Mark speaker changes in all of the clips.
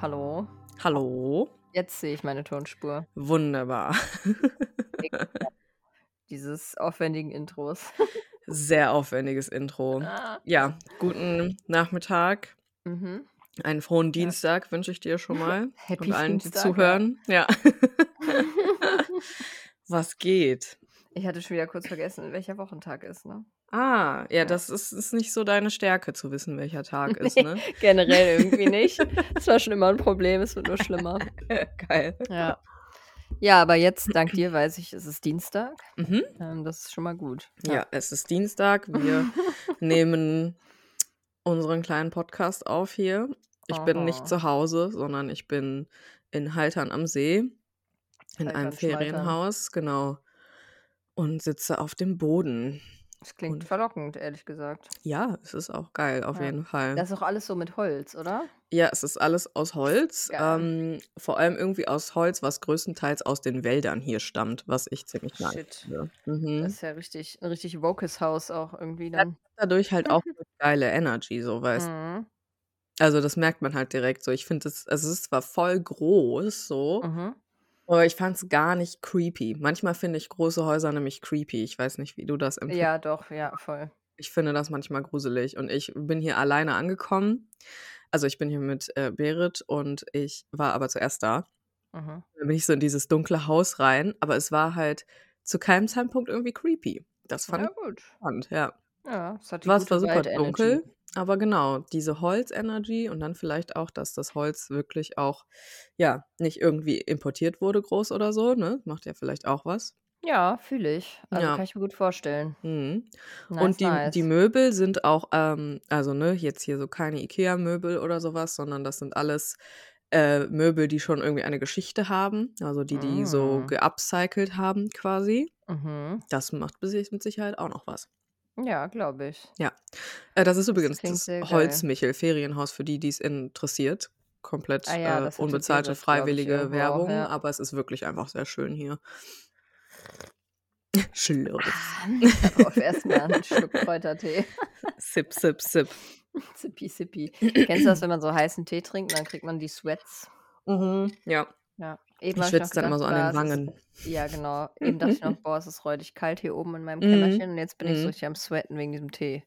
Speaker 1: Hallo,
Speaker 2: Hallo?
Speaker 1: jetzt sehe ich meine Tonspur.
Speaker 2: Wunderbar.
Speaker 1: Dieses aufwendigen Intros.
Speaker 2: Sehr aufwendiges Intro.
Speaker 1: Ah.
Speaker 2: Ja, guten Nachmittag.
Speaker 1: Mhm.
Speaker 2: Einen frohen
Speaker 1: Ja.
Speaker 2: Dienstag wünsche ich dir schon mal.
Speaker 1: Happy
Speaker 2: und allen, die
Speaker 1: Dienstag, ja.
Speaker 2: zuhören. Ja. Was geht?
Speaker 1: Ich hatte schon wieder kurz vergessen, welcher Wochentag ist, ne?
Speaker 2: Ah, ja,
Speaker 1: Ja.
Speaker 2: das ist, ist nicht so deine Stärke, zu wissen, welcher Tag ist,
Speaker 1: Nee.
Speaker 2: ne?
Speaker 1: Generell irgendwie nicht. Das war schon immer ein Problem, es wird nur schlimmer.
Speaker 2: Geil.
Speaker 1: Ja. Ja, aber jetzt, dank dir, weiß ich, es ist Dienstag.
Speaker 2: Mhm.
Speaker 1: Ähm, das ist schon mal gut.
Speaker 2: Ja. es ist Dienstag. Wir nehmen unseren kleinen Podcast auf hier. Ich bin
Speaker 1: Aha.
Speaker 2: nicht zu Hause, sondern ich bin in Haltern am See, in
Speaker 1: Haltern, Schmaltern.
Speaker 2: einem Ferienhaus, genau. Und sitze auf dem Boden.
Speaker 1: Das klingt
Speaker 2: Und-
Speaker 1: verlockend, ehrlich gesagt.
Speaker 2: Ja, es ist auch geil, auf
Speaker 1: Ja.
Speaker 2: jeden Fall.
Speaker 1: Das ist auch alles so mit Holz, oder?
Speaker 2: ja, es ist alles aus Holz.
Speaker 1: Geil.
Speaker 2: Ähm, vor allem irgendwie aus Holz, was größtenteils aus den Wäldern hier stammt, was ich ziemlich nice
Speaker 1: Shit.
Speaker 2: finde. Mhm.
Speaker 1: Das ist ja richtig, ein richtig wokes Haus auch irgendwie dann.
Speaker 2: Dadurch halt auch eine geile Energy, so weißt du.
Speaker 1: Mhm.
Speaker 2: Also das merkt man halt direkt so. Ich finde es, also es ist zwar voll groß so,
Speaker 1: Mhm.
Speaker 2: aber ich fand es gar nicht creepy. Manchmal finde ich große Häuser nämlich creepy. Ich weiß nicht, wie du das empfindest.
Speaker 1: Ja, doch, ja, voll.
Speaker 2: Ich finde das manchmal gruselig. Und ich bin hier alleine angekommen. Also ich bin hier mit äh, Berit und ich war aber zuerst da.
Speaker 1: Mhm.
Speaker 2: Dann bin ich so in dieses dunkle Haus rein, aber es war halt zu keinem Zeitpunkt irgendwie creepy. Das fand
Speaker 1: Ja,
Speaker 2: ich
Speaker 1: gut.
Speaker 2: spannend, ja.
Speaker 1: Ja, es hat die
Speaker 2: War
Speaker 1: Was
Speaker 2: es war
Speaker 1: gute
Speaker 2: super
Speaker 1: Wild-Energy.
Speaker 2: dunkel, aber genau, diese Holzenergie und dann vielleicht auch, dass das Holz wirklich auch, ja, nicht irgendwie importiert wurde groß oder so, ne? Macht ja vielleicht auch was.
Speaker 1: Ja, fühle ich. Also
Speaker 2: Ja.
Speaker 1: kann ich mir gut vorstellen.
Speaker 2: Mhm.
Speaker 1: Nice,
Speaker 2: und die,
Speaker 1: nice.
Speaker 2: die Möbel sind auch, ähm, also ne, jetzt hier so keine IKEA-Möbel oder sowas, sondern das sind alles äh, Möbel, die schon irgendwie eine Geschichte haben, also die, die so
Speaker 1: Mm.
Speaker 2: geupcycelt haben quasi.
Speaker 1: Mhm.
Speaker 2: Das macht bis- mit Sicherheit auch noch was.
Speaker 1: Ja, glaube ich.
Speaker 2: Äh, das
Speaker 1: Das
Speaker 2: ist übrigens
Speaker 1: klingt
Speaker 2: das
Speaker 1: sehr geil.
Speaker 2: Holzmichel-Ferienhaus, für die, die es interessiert. Komplett
Speaker 1: Ah ja,
Speaker 2: äh,
Speaker 1: das hatte
Speaker 2: unbezahlte,
Speaker 1: Berit, glaub ich,
Speaker 2: freiwillige
Speaker 1: irgendwo auch,
Speaker 2: Werbung,
Speaker 1: ja.
Speaker 2: aber es ist wirklich einfach sehr schön hier. Schlürf.
Speaker 1: Ah, da brauche ich erstmal einen Schluck Kräutertee.
Speaker 2: Sip, sip, sip.
Speaker 1: Sippi, sippi. Kennst du das, wenn man so heißen Tee trinkt und dann kriegt man die Sweats?
Speaker 2: Mhm. Ja,
Speaker 1: Ja. Eben
Speaker 2: ich
Speaker 1: hab noch
Speaker 2: schwitze dann immer so an den
Speaker 1: gedacht, boah, es
Speaker 2: Wangen.
Speaker 1: Ist, ja, genau. Eben dachte ich noch, boah, es ist räudig kalt hier oben in meinem
Speaker 2: Mhm.
Speaker 1: Kämmerchen und jetzt bin ich so
Speaker 2: Mhm.
Speaker 1: richtig am Sweaten wegen diesem Tee.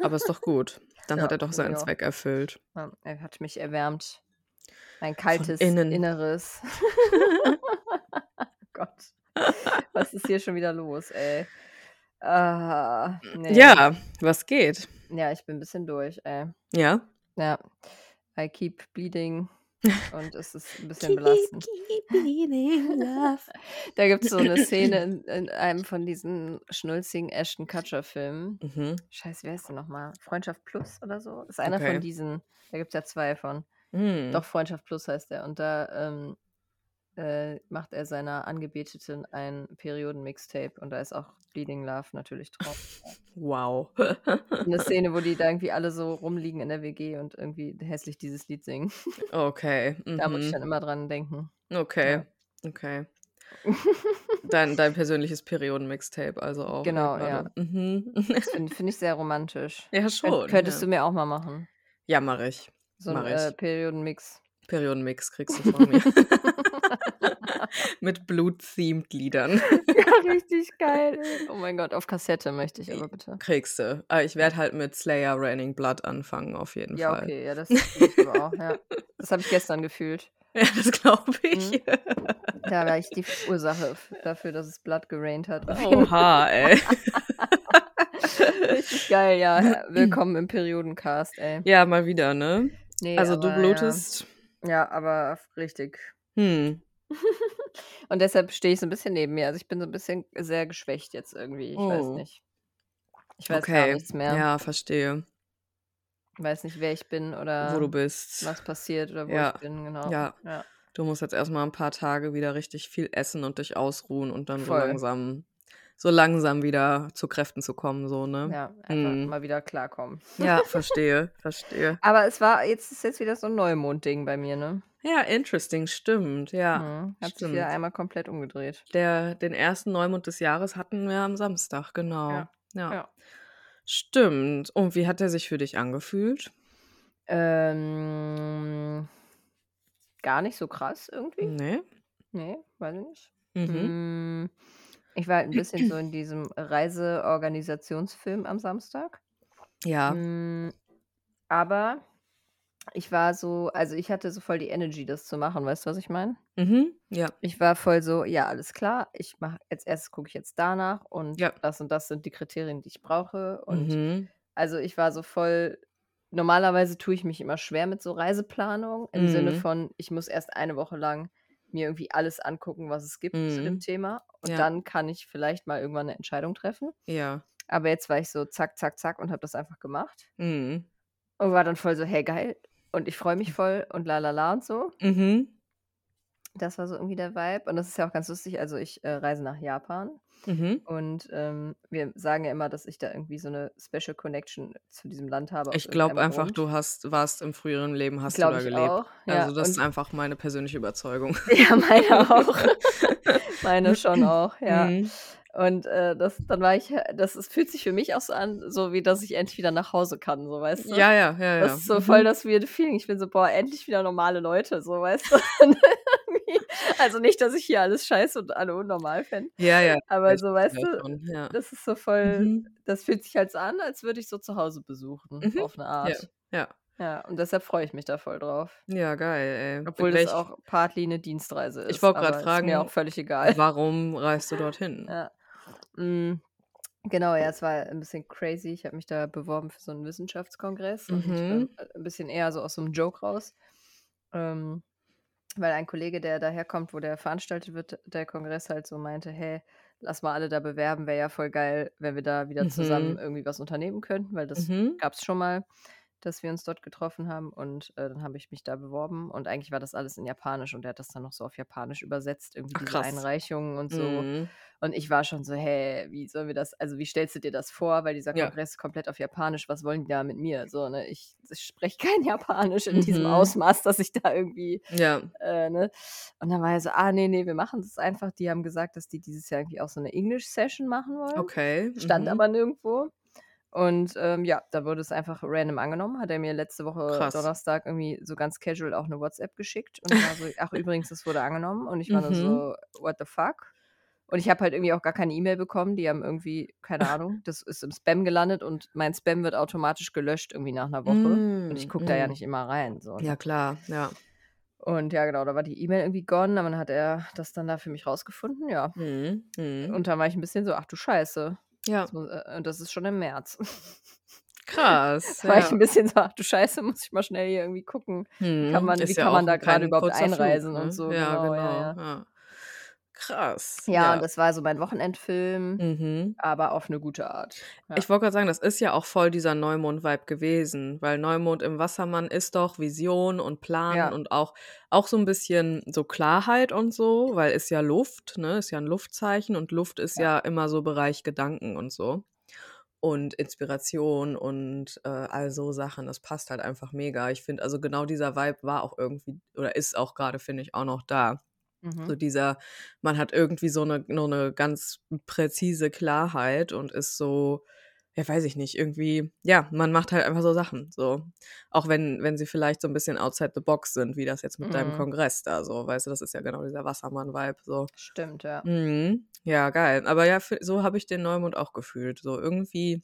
Speaker 2: Aber ist doch gut. Dann
Speaker 1: Ja, oh
Speaker 2: hat er doch seinen
Speaker 1: ja.
Speaker 2: Zweck erfüllt.
Speaker 1: Ja, Er hat mich erwärmt. Mein kaltes
Speaker 2: innen.
Speaker 1: Inneres. Oh Gott. Was ist hier schon wieder los, ey? Ah, nee.
Speaker 2: Hm, Ja, was geht?
Speaker 1: Ja, ich bin ein bisschen durch, ey.
Speaker 2: Ja.
Speaker 1: Ja. I keep bleeding. Und es ist ein bisschen belastend. Da gibt es so eine Szene in, in einem von diesen schnulzigen Ashton Kutcher-Filmen.
Speaker 2: Mhm.
Speaker 1: Scheiße, wer ist denn nochmal? Freundschaft Plus oder so? Ist einer
Speaker 2: Okay.
Speaker 1: von diesen. Da gibt es ja zwei von.
Speaker 2: Mhm.
Speaker 1: Doch, Freundschaft Plus heißt er. Und da ähm, äh, macht er seiner Angebeteten ein Perioden-Mixtape. Und da ist auch Bleeding Love natürlich drauf.
Speaker 2: Wow.
Speaker 1: Eine Szene, wo die da irgendwie alle so rumliegen in der WG und irgendwie hässlich dieses Lied singen.
Speaker 2: Okay.
Speaker 1: Da muss ich
Speaker 2: Mhm.
Speaker 1: dann immer dran denken.
Speaker 2: Okay. Okay. Dein, dein persönliches Perioden-Mixtape, also auch.
Speaker 1: Genau,
Speaker 2: gerade. Mhm.
Speaker 1: Das finde find ich sehr romantisch.
Speaker 2: ja, schon.
Speaker 1: Könntest
Speaker 2: ja.
Speaker 1: du mir auch mal machen.
Speaker 2: Ja, mach ich.
Speaker 1: So ein
Speaker 2: Mach ich.
Speaker 1: äh, Perioden-Mix.
Speaker 2: Perioden-Mix kriegst du von mir. Mit blut-themed Liedern.
Speaker 1: ja, richtig geil. ey. Oh mein Gott, auf Kassette möchte ich aber bitte.
Speaker 2: Kriegst du. Aber ich werde halt mit Slayer Raining Blood anfangen, auf jeden
Speaker 1: Ja,
Speaker 2: Fall.
Speaker 1: okay, ja, das fühl ich aber auch, ja. Das habe ich gestern gefühlt.
Speaker 2: Ja, das
Speaker 1: Mhm.
Speaker 2: glaube ich.
Speaker 1: Da war ich die Ursache f- dafür, dass es Blatt geraint hat. Auf
Speaker 2: Oh.
Speaker 1: jeden
Speaker 2: Oha, ey.
Speaker 1: Fall. Richtig geil, ja. Willkommen im Periodencast, ey.
Speaker 2: Ja, mal wieder, ne?
Speaker 1: Nee,
Speaker 2: Also, du
Speaker 1: aber
Speaker 2: blutest.
Speaker 1: Ja, ja aber richtig.
Speaker 2: Hm.
Speaker 1: Und deshalb stehe ich so ein bisschen neben mir. Also ich bin so ein bisschen sehr geschwächt jetzt irgendwie. Ich weiß
Speaker 2: Oh.
Speaker 1: nicht. Ich weiß gar
Speaker 2: okay.
Speaker 1: nichts mehr.
Speaker 2: Ja, verstehe.
Speaker 1: Ich weiß nicht, wer ich bin oder
Speaker 2: Wo du bist.
Speaker 1: Ähm, was passiert oder wo
Speaker 2: Ja.
Speaker 1: ich bin, genau.
Speaker 2: Ja.
Speaker 1: ja.
Speaker 2: Du musst jetzt erstmal ein paar Tage wieder richtig viel essen und dich ausruhen und dann so
Speaker 1: Voll.
Speaker 2: langsam so langsam wieder zu Kräften zu kommen, so, ne?
Speaker 1: Ja, einfach
Speaker 2: Mhm.
Speaker 1: mal wieder klarkommen.
Speaker 2: Ja, verstehe, verstehe.
Speaker 1: Aber es war, jetzt ist jetzt wieder so ein Neumond-Ding bei mir, ne?
Speaker 2: Ja, interesting, stimmt, ja.
Speaker 1: Mhm. Hat sich
Speaker 2: stimmt.
Speaker 1: wieder einmal komplett umgedreht.
Speaker 2: Der, den ersten Neumond des Jahres hatten wir am Samstag, genau.
Speaker 1: Ja,
Speaker 2: Ja.
Speaker 1: ja.
Speaker 2: Stimmt. Und wie hat er sich für dich angefühlt?
Speaker 1: Ähm, gar nicht so krass irgendwie.
Speaker 2: Nee.
Speaker 1: Nee, weiß ich nicht.
Speaker 2: Mhm.
Speaker 1: Mm, Ich war halt ein bisschen so in diesem Reiseorganisationsfilm am Samstag.
Speaker 2: Ja.
Speaker 1: Mm, Aber ich war so, also ich hatte so voll die Energy, das zu machen, weißt du, was ich meine?
Speaker 2: Mhm. Ja.
Speaker 1: Ich war voll so, ja, alles klar, ich mache jetzt erst gucke ich jetzt danach und
Speaker 2: Ja.
Speaker 1: das und das sind die Kriterien, die ich brauche. Und
Speaker 2: Mhm.
Speaker 1: also ich war so voll. Normalerweise tue ich mich immer schwer mit so Reiseplanung im Sinne
Speaker 2: Mhm.
Speaker 1: von, ich muss erst eine Woche lang mir irgendwie alles angucken, was es gibt zu
Speaker 2: Mhm.
Speaker 1: dem Thema. Und
Speaker 2: Ja.
Speaker 1: dann kann ich vielleicht mal irgendwann eine Entscheidung treffen.
Speaker 2: Ja.
Speaker 1: Aber jetzt war ich so zack, zack, zack und habe das einfach gemacht.
Speaker 2: Mhm.
Speaker 1: Und war dann voll so, hey, geil. Und ich freue mich voll und la la la und so.
Speaker 2: Mhm.
Speaker 1: Das war so irgendwie der Vibe. Und das ist ja auch ganz lustig. Also ich äh, reise nach Japan Äh,
Speaker 2: Mhm.
Speaker 1: und ähm, wir sagen ja immer, dass ich da irgendwie so eine Special Connection zu diesem Land habe. aus
Speaker 2: Ich glaube
Speaker 1: irgendeinem
Speaker 2: einfach,
Speaker 1: Grund.
Speaker 2: du hast, warst im früheren Leben, hast du
Speaker 1: Glaube
Speaker 2: da
Speaker 1: äh, ich
Speaker 2: gelebt.
Speaker 1: auch. Ja,
Speaker 2: Also das ist
Speaker 1: und,
Speaker 2: einfach meine persönliche Überzeugung.
Speaker 1: ja meine auch. meine schon auch, ja.
Speaker 2: Mhm.
Speaker 1: Und äh, das, dann war ich, das ist, fühlt sich für mich auch so an, so wie dass ich endlich wieder nach Hause kann, so weißt du.
Speaker 2: Ja, ja, ja, ja.
Speaker 1: Mhm. Das ist so voll
Speaker 2: Mhm.
Speaker 1: das weirde Feeling. Ich bin so, boah, endlich wieder normale Leute, so weißt du. also nicht, dass ich hier alles scheiße und alle unnormal fände,
Speaker 2: Ja, ja.
Speaker 1: aber
Speaker 2: ich
Speaker 1: so
Speaker 2: verstehe
Speaker 1: weißt du,
Speaker 2: schon, ja.
Speaker 1: das ist so voll,
Speaker 2: Mhm.
Speaker 1: das fühlt sich halt so an, als würde ich so zu Hause besuchen,
Speaker 2: Mhm.
Speaker 1: auf eine Art.
Speaker 2: Ja.
Speaker 1: Ja, und deshalb freue ich mich da voll drauf.
Speaker 2: Ja, geil, ey.
Speaker 1: Obwohl das
Speaker 2: Welch-
Speaker 1: auch partly eine Dienstreise ist.
Speaker 2: Ich wollte gerade
Speaker 1: aber Ist mir
Speaker 2: fragen,
Speaker 1: auch völlig egal.
Speaker 2: warum reist du dorthin?
Speaker 1: Ja. Mm, Genau, ja, es war ein bisschen crazy. Ich habe mich da beworben für so einen Wissenschaftskongress und ähm,
Speaker 2: Mhm.
Speaker 1: ein bisschen eher so aus so einem Joke raus. Ähm, weil ein Kollege, der daherkommt, wo der veranstaltet wird, der Kongress halt so meinte, hey, lass mal alle da bewerben, wäre ja voll geil, wenn wir da wieder zusammen
Speaker 2: Mhm.
Speaker 1: irgendwie was unternehmen könnten, weil das
Speaker 2: Mhm.
Speaker 1: gab es schon mal, dass wir uns dort getroffen haben und äh, dann habe ich mich da beworben und eigentlich war das alles in Japanisch und er hat das dann noch so auf Japanisch übersetzt, irgendwie
Speaker 2: Ach,
Speaker 1: diese
Speaker 2: krass.
Speaker 1: Einreichungen und so.
Speaker 2: Mhm.
Speaker 1: Und ich war schon so, hey, wie sollen wir das, also wie stellst du dir das vor, weil dieser
Speaker 2: Ja.
Speaker 1: Kongress ist komplett auf Japanisch, was wollen die da mit mir? So, ne, ich, ich spreche kein Japanisch in diesem
Speaker 2: Mhm.
Speaker 1: Ausmaß, dass ich da irgendwie
Speaker 2: Ja.
Speaker 1: äh, ne? Und dann war er so, ah, nee, nee, wir machen das einfach. Die haben gesagt, dass die dieses Jahr irgendwie auch so eine English-Session machen wollen.
Speaker 2: Okay.
Speaker 1: Stand
Speaker 2: Mhm.
Speaker 1: aber nirgendwo. Und ähm, ja, da wurde es einfach random angenommen. Hat er mir letzte Woche
Speaker 2: Krass.
Speaker 1: Donnerstag irgendwie so ganz casual auch eine WhatsApp geschickt und war so, ach übrigens, es wurde angenommen. Und ich war nur
Speaker 2: Mhm.
Speaker 1: so, what the fuck? Und ich habe halt irgendwie auch gar keine E-Mail bekommen. Die haben irgendwie, keine Ahnung, das ist im Spam gelandet und mein Spam wird automatisch gelöscht irgendwie nach einer Woche. Und ich
Speaker 2: Mhm.
Speaker 1: gucke da ja
Speaker 2: Mhm.
Speaker 1: nicht immer rein. So, ne?
Speaker 2: Ja, klar. Ja.
Speaker 1: Und ja, genau, da war die E-Mail irgendwie gone, aber dann hat er das dann da für mich rausgefunden, ja.
Speaker 2: Mhm. Mhm.
Speaker 1: Und dann war ich ein bisschen so, ach du Scheiße.
Speaker 2: Ja.
Speaker 1: Das muss, äh, und das ist schon im März.
Speaker 2: Krass.
Speaker 1: da war ich
Speaker 2: Ja.
Speaker 1: ein bisschen so, ach du Scheiße, muss ich mal schnell hier irgendwie gucken, wie kann
Speaker 2: Mhm.
Speaker 1: man, wie
Speaker 2: Ist ja
Speaker 1: kann man
Speaker 2: auch
Speaker 1: da gerade
Speaker 2: kein
Speaker 1: überhaupt
Speaker 2: kurzer Flug,
Speaker 1: einreisen und
Speaker 2: ne?
Speaker 1: so,
Speaker 2: Ja,
Speaker 1: genau, ja,
Speaker 2: genau.
Speaker 1: ja.
Speaker 2: Ja. Krass.
Speaker 1: Ja, und
Speaker 2: Ja.
Speaker 1: das war so mein Wochenendfilm,
Speaker 2: Mhm.
Speaker 1: aber auf eine gute Art. Ja.
Speaker 2: Ich wollte gerade sagen, das ist ja auch voll dieser Neumond-Vibe gewesen, weil Neumond im Wassermann ist doch Vision und Planen
Speaker 1: Ja,
Speaker 2: und auch, auch so ein bisschen so Klarheit und so, weil ist ja Luft, ne, ist ja ein Luftzeichen und Luft ist
Speaker 1: ja.
Speaker 2: ja immer so Bereich Gedanken und so und Inspiration und äh, all so Sachen, das passt halt einfach mega. Ich finde, also genau dieser Vibe war auch irgendwie oder ist auch gerade, finde ich, auch noch da. So
Speaker 1: Mhm.
Speaker 2: dieser, man hat irgendwie so eine, nur eine ganz präzise Klarheit und ist so, ja, weiß ich nicht, irgendwie, ja, man macht halt einfach so Sachen, so. Auch wenn, wenn sie vielleicht so ein bisschen outside the box sind, wie das jetzt mit deinem
Speaker 1: Mhm.
Speaker 2: Kongress da, so, weißt du, das ist ja genau dieser Wassermann-Vibe, so.
Speaker 1: Stimmt, ja.
Speaker 2: Mhm. Ja, geil. Aber ja, für, so habe ich den Neumond auch gefühlt, so irgendwie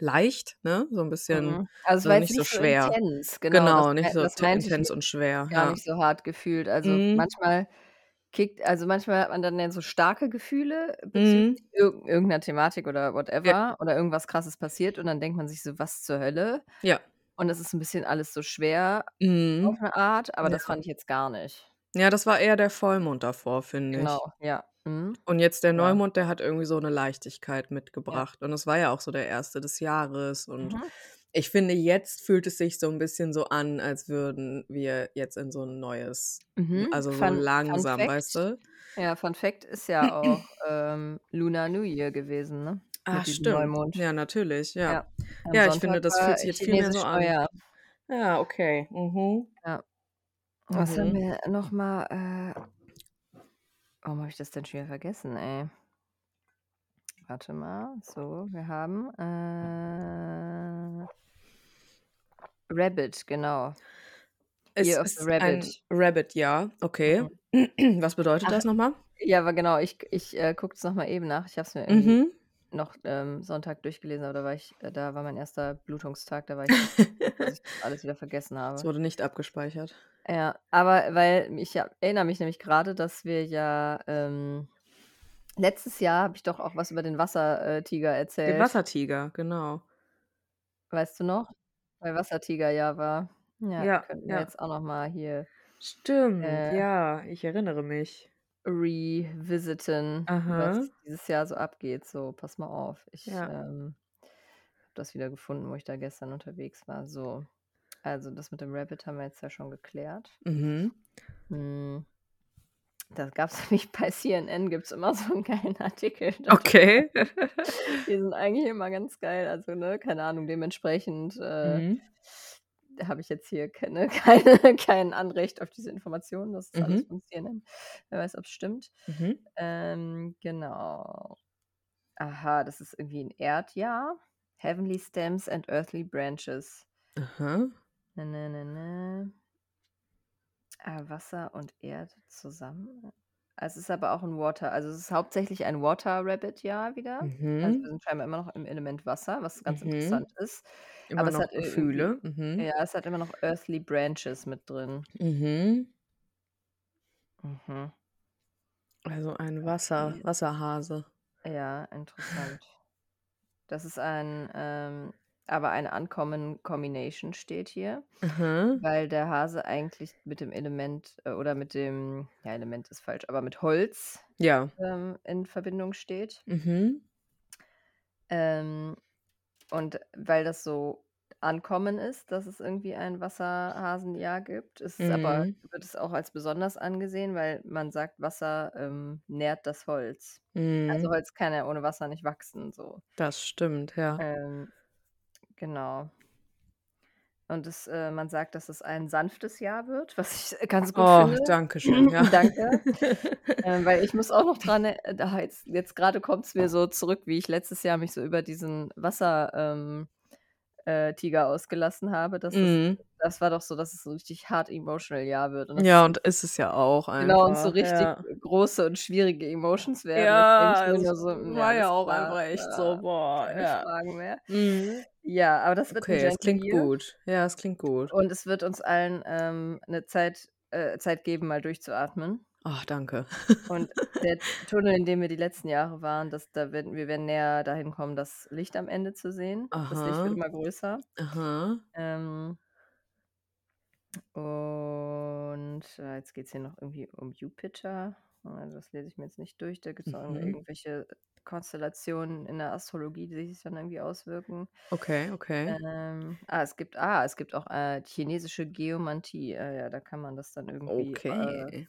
Speaker 2: leicht, ne, so ein bisschen,
Speaker 1: Mhm. Also es war
Speaker 2: also
Speaker 1: jetzt
Speaker 2: nicht so
Speaker 1: nicht so
Speaker 2: schwer.
Speaker 1: intens, genau, das,
Speaker 2: Genau, nicht
Speaker 1: me-
Speaker 2: so
Speaker 1: das
Speaker 2: t-
Speaker 1: meinte ich mit
Speaker 2: intens und schwer,
Speaker 1: gar
Speaker 2: ja.
Speaker 1: nicht so hart gefühlt. Also
Speaker 2: Mhm.
Speaker 1: manchmal kickt, also manchmal hat man dann ja so starke Gefühle bezüglich
Speaker 2: Mhm.
Speaker 1: irg irgendeiner Thematik oder
Speaker 2: Ja,
Speaker 1: whatever oder irgendwas krasses passiert und dann denkt man sich so, was zur Hölle?
Speaker 2: ja.
Speaker 1: Und es ist ein bisschen alles so schwer auf
Speaker 2: Mhm.
Speaker 1: eine Art, aber das
Speaker 2: Ja.
Speaker 1: fand ich jetzt gar nicht.
Speaker 2: Ja, das war eher der Vollmond davor, finde ich.
Speaker 1: Genau, ja. Mhm.
Speaker 2: Und jetzt der
Speaker 1: Genau.
Speaker 2: Neumond, der hat irgendwie so eine Leichtigkeit
Speaker 1: Ja.
Speaker 2: mitgebracht. Und es war ja auch so der erste des Jahres. Und
Speaker 1: Mhm.
Speaker 2: ich finde, jetzt fühlt es sich so ein bisschen so an, als würden wir jetzt in so ein neues,
Speaker 1: Mhm.
Speaker 2: also so
Speaker 1: Fun, Fun
Speaker 2: langsam, weißt
Speaker 1: Fact.
Speaker 2: du?
Speaker 1: Ja, Fun Fact ist ja auch ähm, Lunar New Year gewesen, ne?
Speaker 2: Ah,
Speaker 1: Mit diesem
Speaker 2: stimmt.
Speaker 1: Neumond.
Speaker 2: Ja, natürlich, ja.
Speaker 1: Ja. Am
Speaker 2: Ja, ich finde,
Speaker 1: Sonntag
Speaker 2: das fühlt
Speaker 1: war
Speaker 2: sich jetzt viel mehr so
Speaker 1: chinesisch
Speaker 2: an.
Speaker 1: Neujahr.
Speaker 2: Ja, Ah, okay. Mhm.
Speaker 1: Ja. Was haben
Speaker 2: Mhm.
Speaker 1: wir nochmal? Äh, warum habe ich das denn schon wieder vergessen, ey? Warte mal. So, wir haben äh, Rabbit, genau.
Speaker 2: Es
Speaker 1: Year of the
Speaker 2: ist ein
Speaker 1: Rabbit.
Speaker 2: Rabbit, ja. Okay.
Speaker 1: Mhm.
Speaker 2: Was bedeutet
Speaker 1: Ach,
Speaker 2: das nochmal?
Speaker 1: ja, aber genau, ich, ich äh, gucke es nochmal eben nach. Ich habe es mir irgendwie
Speaker 2: Mhm.
Speaker 1: noch ähm, Sonntag durchgelesen, aber da war ich, äh, da war mein erster Blutungstag, da war ich nicht, dass ich das alles wieder vergessen
Speaker 2: Es
Speaker 1: habe.
Speaker 2: wurde nicht abgespeichert.
Speaker 1: Ja, aber weil ich ja, erinnere mich nämlich gerade, dass wir ja ähm, letztes Jahr habe ich doch auch was über den Wassertiger
Speaker 2: Den
Speaker 1: erzählt.
Speaker 2: Wassertiger, genau.
Speaker 1: Weißt du noch? Weil Wassertiger ja war. Ja,
Speaker 2: Ja,
Speaker 1: könnten wir
Speaker 2: ja.
Speaker 1: jetzt auch noch mal hier
Speaker 2: Stimmt,
Speaker 1: äh,
Speaker 2: ja, ich erinnere mich.
Speaker 1: revisiten,
Speaker 2: Aha,
Speaker 1: was dieses Jahr so abgeht. So, pass mal auf. Ich
Speaker 2: ja.
Speaker 1: ähm, habe das wieder gefunden, wo ich da gestern unterwegs war. So, also das mit dem Rabbit haben wir jetzt ja schon geklärt.
Speaker 2: Mhm.
Speaker 1: Hm, das gab es nämlich bei CNN, gibt es immer so einen geilen Artikel darüber.
Speaker 2: Okay.
Speaker 1: Die sind eigentlich immer ganz geil. Also, ne, keine Ahnung, dementsprechend äh,
Speaker 2: mhm.
Speaker 1: habe ich jetzt hier keine, keine, kein Anrecht auf diese Informationen. Das ist alles
Speaker 2: Mhm.
Speaker 1: von CNN. Wer weiß, ob es stimmt.
Speaker 2: Mhm.
Speaker 1: Ähm, genau. Aha, das ist irgendwie ein Erdjahr. Heavenly Stems and Earthly Branches.
Speaker 2: Aha.
Speaker 1: Ne, ne, ne, ne. Ah, Wasser und Erde zusammen. Also es ist aber auch ein Water, also es ist hauptsächlich ein Water Rabbit Jahr wieder. Also wir
Speaker 2: Mhm.
Speaker 1: sind scheinbar immer noch im Element Wasser, was ganz
Speaker 2: Mhm.
Speaker 1: interessant ist.
Speaker 2: Immer
Speaker 1: Aber es
Speaker 2: noch
Speaker 1: hat irgendwie,
Speaker 2: Gefühle. Mhm.
Speaker 1: ja, es hat immer noch Earthly Branches mit drin.
Speaker 2: Mhm.
Speaker 1: Mhm.
Speaker 2: Also ein Wasser,
Speaker 1: Okay.
Speaker 2: Wasserhase.
Speaker 1: Ja, interessant. Das ist ein, ähm, aber ein Uncommon Combination steht hier,
Speaker 2: Aha.
Speaker 1: weil der Hase eigentlich mit dem Element äh, oder mit dem, ja, Element ist falsch, aber mit Holz
Speaker 2: Ja.
Speaker 1: ähm, in Verbindung steht.
Speaker 2: Mhm.
Speaker 1: Ähm, und weil das so ankommen ist, dass es irgendwie ein Wasserhasenjahr gibt, ist es aber,
Speaker 2: Mhm.
Speaker 1: wird es auch als besonders angesehen, weil man sagt, Wasser ähm, nährt das Holz. Also
Speaker 2: Mhm.
Speaker 1: Holz kann ja ohne Wasser nicht wachsen, so.
Speaker 2: Das stimmt, ja.
Speaker 1: Ähm, genau. Und es, äh, man sagt, dass es ein sanftes Jahr wird, was ich ganz gut
Speaker 2: Oh,
Speaker 1: finde.
Speaker 2: danke schön,
Speaker 1: Mhm.
Speaker 2: ja.
Speaker 1: Danke. Ähm, weil ich muss auch noch dran, äh, da jetzt, jetzt gerade kommt es mir so zurück, wie ich letztes Jahr mich so über diesen Wasser, ähm, äh, Tiger ausgelassen habe, dass es,
Speaker 2: mhm.
Speaker 1: das war doch so, dass es so richtig hart emotional Jahr wird und dass
Speaker 2: Ja,
Speaker 1: es
Speaker 2: und ist es ja auch
Speaker 1: genau und so
Speaker 2: einfach,
Speaker 1: richtig
Speaker 2: ja.
Speaker 1: große und schwierige Emotions werden. Jetzt denke ich
Speaker 2: Ja,
Speaker 1: mir
Speaker 2: es
Speaker 1: nur so, "Mm, ja,
Speaker 2: war ja
Speaker 1: alles
Speaker 2: auch
Speaker 1: klar,
Speaker 2: einfach echt so,
Speaker 1: äh,
Speaker 2: boah,
Speaker 1: keine
Speaker 2: ja.
Speaker 1: Fragen mehr.
Speaker 2: Mhm.
Speaker 1: Ja, aber das wird ein
Speaker 2: Okay, es
Speaker 1: Gentle
Speaker 2: klingt
Speaker 1: Year
Speaker 2: gut. Ja, es klingt gut.
Speaker 1: und es wird uns allen ähm, eine Zeit, äh, Zeit geben, mal durchzuatmen.
Speaker 2: Ach, danke.
Speaker 1: Und der Tunnel, in dem wir die letzten Jahre waren, das, da werden, wir werden näher dahin kommen, das Licht am Ende zu sehen. Das Licht wird
Speaker 2: aha,
Speaker 1: immer größer.
Speaker 2: aha.
Speaker 1: Ähm, Und äh, jetzt geht es hier noch irgendwie um Jupiter. Also das lese ich mir jetzt nicht durch. Da gibt es noch irgendwie
Speaker 2: Mhm.
Speaker 1: irgendwelche Konstellationen in der Astrologie, die sich dann irgendwie auswirken.
Speaker 2: Okay, okay.
Speaker 1: Ähm, ah, es gibt, ah, es gibt auch äh, chinesische Geomantie. Äh, ja, da kann man das dann irgendwie äh,
Speaker 2: Okay.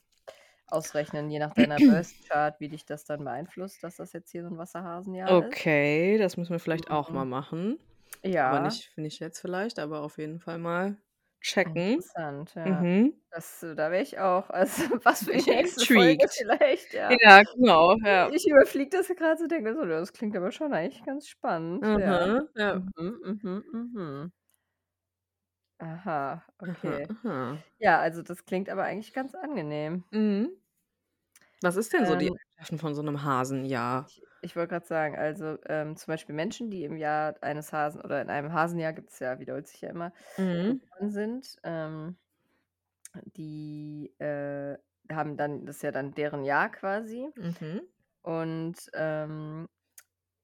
Speaker 1: ausrechnen, je nach deiner Birth Chart, wie dich das dann beeinflusst, dass das jetzt hier so ein Wasserhasenjahr ist.
Speaker 2: Okay, das müssen wir vielleicht auch mal
Speaker 1: Mhm.
Speaker 2: machen. Aber
Speaker 1: Ja,
Speaker 2: nicht, nicht jetzt vielleicht, aber auf jeden Fall mal checken.
Speaker 1: interessant, ja.
Speaker 2: Mhm.
Speaker 1: Das, äh, da wäre ich auch. Also, was für die
Speaker 2: Ich
Speaker 1: nächste Folge
Speaker 2: intrigued.
Speaker 1: vielleicht, ja.
Speaker 2: Ja, genau, ja.
Speaker 1: Ich überfliege das gerade so denke, so, das klingt aber schon eigentlich ganz spannend, ja.
Speaker 2: Aha, ja.
Speaker 1: Mhm, mhm, mhm. Aha,
Speaker 2: Aha,
Speaker 1: okay.
Speaker 2: aha.
Speaker 1: Ja, also das klingt aber eigentlich ganz angenehm.
Speaker 2: Mhm. Was ist denn so die
Speaker 1: Ähm,
Speaker 2: Eigenschaften von so einem Hasenjahr?
Speaker 1: ich ich wollte gerade sagen, also ähm, zum Beispiel Menschen, die im Jahr eines Hasen oder in einem Hasenjahr gibt es ja, wiederholt sich ja immer,
Speaker 2: Mhm.
Speaker 1: geboren sind, ähm, die äh, haben dann, das ist ja dann deren Jahr quasi.
Speaker 2: Mhm.
Speaker 1: Und ähm,